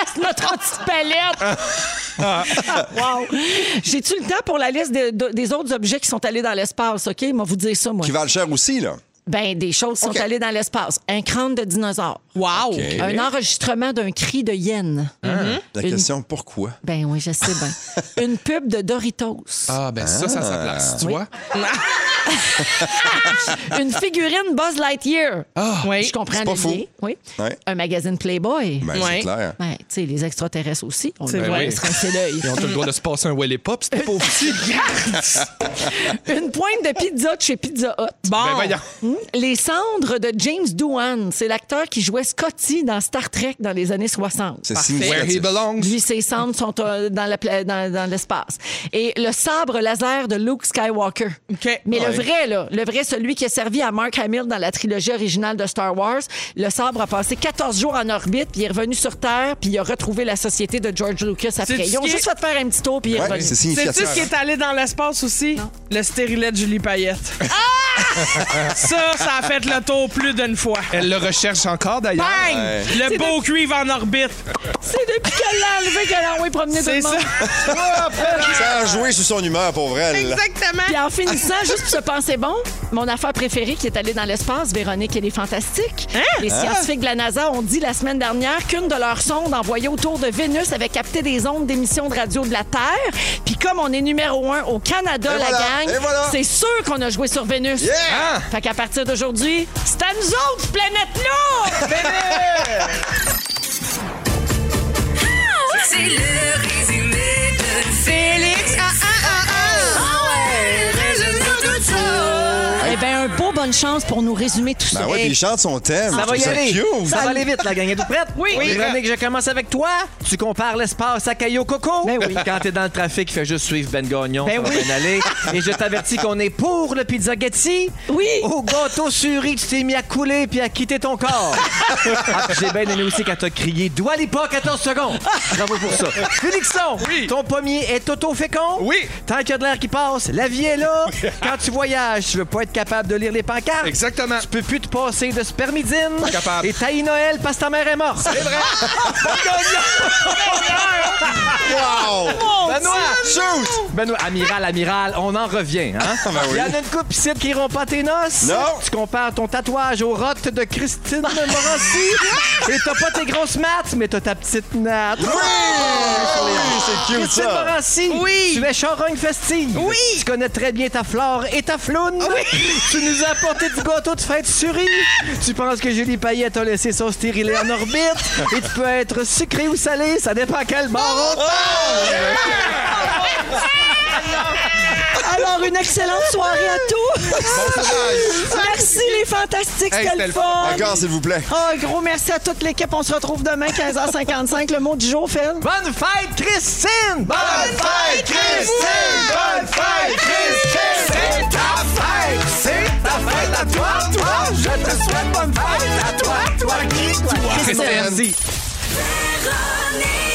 Speaker 5: notre petite palette. wow. J'ai-tu le temps pour la liste de- de- des autres objets qui sont allés dans l'espace, OK? Moi, vous dire ça, moi.
Speaker 2: Qui valent cher aussi, là.
Speaker 5: Ben, des choses qui
Speaker 2: OK. Eh
Speaker 5: sont allées dans l'espace. Un crâne de dinosaure.
Speaker 3: Wow.
Speaker 5: Un enregistrement d'un cri de hyène.
Speaker 2: La
Speaker 5: Une-
Speaker 2: question, pourquoi?
Speaker 5: Ben oui, je sais bien. Une pub de Doritos.
Speaker 1: Ah, ben ça, ça a sa place, tu
Speaker 2: Ah.
Speaker 5: Oui.
Speaker 1: vois.
Speaker 3: Ah.
Speaker 5: Une figurine Buzz Lightyear.
Speaker 3: Oui.
Speaker 5: Oh, Je comprends
Speaker 2: c'est pas
Speaker 5: le
Speaker 2: faux.
Speaker 5: lien. Oui.
Speaker 2: Ouais.
Speaker 5: Un magazine Playboy.
Speaker 2: Ben,
Speaker 3: Ouais.
Speaker 2: c'est clair.
Speaker 5: Ouais, tu sais, les extraterrestres aussi. On
Speaker 3: C'est
Speaker 5: leur
Speaker 3: vrai.
Speaker 5: laisse rincer l'œil.
Speaker 1: Et on a le droit de se passer un Welly Pop, c'était pas aussi.
Speaker 5: Une pointe de pizza de chez Pizza Hut.
Speaker 3: Bon.
Speaker 1: Ben voyons.
Speaker 5: Hmm. Les cendres de James Doohan. C'est l'acteur qui jouait Scotty dans Star Trek dans les années 60.
Speaker 2: C'est
Speaker 1: Where he
Speaker 2: significatif.
Speaker 1: belongs.
Speaker 5: Lui, ses cendres sont euh, dans, la pla- dans, dans l'espace. Et le sabre laser de Luke Skywalker.
Speaker 3: OK.
Speaker 5: Mais
Speaker 2: Ouais.
Speaker 5: le vrai, là, le vrai, celui qui a servi à Mark Hamill dans la trilogie originale de Star Wars, le sabre a passé 14 jours en orbite, puis il est revenu sur Terre, puis il a retrouvé la société de George Lucas après.
Speaker 3: C'est-tu
Speaker 5: Ils ont
Speaker 3: ce qui
Speaker 5: juste fait faire un petit tour, puis il est
Speaker 2: Ouais,
Speaker 5: revenu.
Speaker 2: c'est
Speaker 3: Sais-tu
Speaker 2: significatif.
Speaker 3: ce qui est allé dans l'espace aussi? Le stérilet de Julie Payette.
Speaker 5: Ah!
Speaker 3: ça, ça a fait le tour plus d'une fois.
Speaker 1: Elle le recherche encore, d'ailleurs.
Speaker 3: Bang!
Speaker 2: Ouais.
Speaker 3: Le beau cuivre en orbite.
Speaker 5: C'est depuis qu'elle l'a enlevé qu'elle a envoyé promener tout
Speaker 3: C'est
Speaker 5: le
Speaker 3: ça.
Speaker 5: monde.
Speaker 2: Ça a joué sur son humeur, pour vrai. elle.
Speaker 5: Puis
Speaker 3: Exactement.
Speaker 5: en finissant, juste pour se penser bon, mon affaire préférée qui est allée dans l'espace, Véronique, elle est fantastique.
Speaker 2: Hein?
Speaker 5: Les
Speaker 2: Ah.
Speaker 5: scientifiques de la NASA ont dit la semaine dernière qu'une de leurs sondes envoyées autour de Vénus avait capté des ondes d'émissions de radio de la Terre. Puis comme on est numéro un au Canada,
Speaker 2: Et
Speaker 5: la
Speaker 2: voilà,
Speaker 5: gang,
Speaker 2: et voilà.
Speaker 5: c'est sûr qu'on a joué sur Vénus.
Speaker 2: Yeah!
Speaker 5: Fait qu'à partir d'aujourd'hui, c'est à nous autres, planète-là!
Speaker 8: C'est le résumé de Félix. Ah, ah, ah, ah. résumé de tout ça.
Speaker 5: Eh bien, un beau bonne chance pour nous résumer tout ça. Eh,
Speaker 2: Ben ouais, puis il chante son thème.
Speaker 11: Ça
Speaker 2: Je
Speaker 11: va
Speaker 2: trouve
Speaker 11: y aller.
Speaker 2: cute.
Speaker 11: Ça va aller vite, la gang. Êtes-vous prête? Oui. Véronique, je commence avec toi. Tu compares l'espace à Caillou Coco.
Speaker 5: Ben oui.
Speaker 11: Quand t'es dans le trafic, fais juste suivre Ben Gagnon. Ben oui. aller. Et je t'avertis qu'on est pour le pizza Getty.
Speaker 5: Oui.
Speaker 11: Au gâteau suri, tu t'es mis à couler puis à quitter ton corps. Ah, puis J'ai bien aimé aussi quand t'as crié Dois pas 14 secondes. Bravo pour ça. Félixon, ton pommier est auto-fécond.
Speaker 1: Oui.
Speaker 11: Tant qu'il y a de l'air qui passe, la vie est là. Quand tu voyages, tu veux pas être capable de lire les pancarte.
Speaker 1: Exactement.
Speaker 11: Tu peux plus te passer de spermidine.
Speaker 1: Pas capable.
Speaker 11: Et taille Noël parce que ta mère est morte. C'est vrai.
Speaker 2: Wow!
Speaker 11: Benoît,
Speaker 2: Shoot!
Speaker 11: Benoît, amiral, amiral, on en revient. Hein?
Speaker 2: Ben oui.
Speaker 11: Il y en a une couple ici qui iront pas à tes noces.
Speaker 2: Non.
Speaker 11: Tu compares ton tatouage aux rottes de Christine Morancy. et t'as pas tes grosses maths, mais t'as ta petite natte. Ah!
Speaker 2: Oui! C'est cute,
Speaker 11: Christine
Speaker 2: ça!
Speaker 11: Morancy,
Speaker 3: Oui.
Speaker 11: tu es charogne festive.
Speaker 3: Oui. Ah
Speaker 11: Tu connais très bien ta flore et ta floune. Tu nous as apporté du gâteau de fête surrie. Tu penses que Julie Payette a laissé son stérilet en orbite. et tu peux être sucré ou salé, ça dépend à quel bord on
Speaker 12: Alors, une excellente soirée à tous.
Speaker 11: Ah,
Speaker 2: Bon travail!
Speaker 12: Merci, les fantastiques.
Speaker 1: Hey,
Speaker 12: C'était
Speaker 1: c'était
Speaker 12: le
Speaker 1: le
Speaker 12: fun.
Speaker 2: Encore, s'il vous plaît.
Speaker 12: Un gros merci à toute l'équipe. On se retrouve demain, 15h55. Le mot du jour, Phil.
Speaker 11: Bonne fête, Christine! Bonne
Speaker 2: fête, Christine! Bonne fête, Christine!
Speaker 9: C'est ta fête, c'est ta fête à toi, toi. Je te souhaite bonne fête à toi, toi qui, toi.
Speaker 11: Christine!
Speaker 8: Véronique.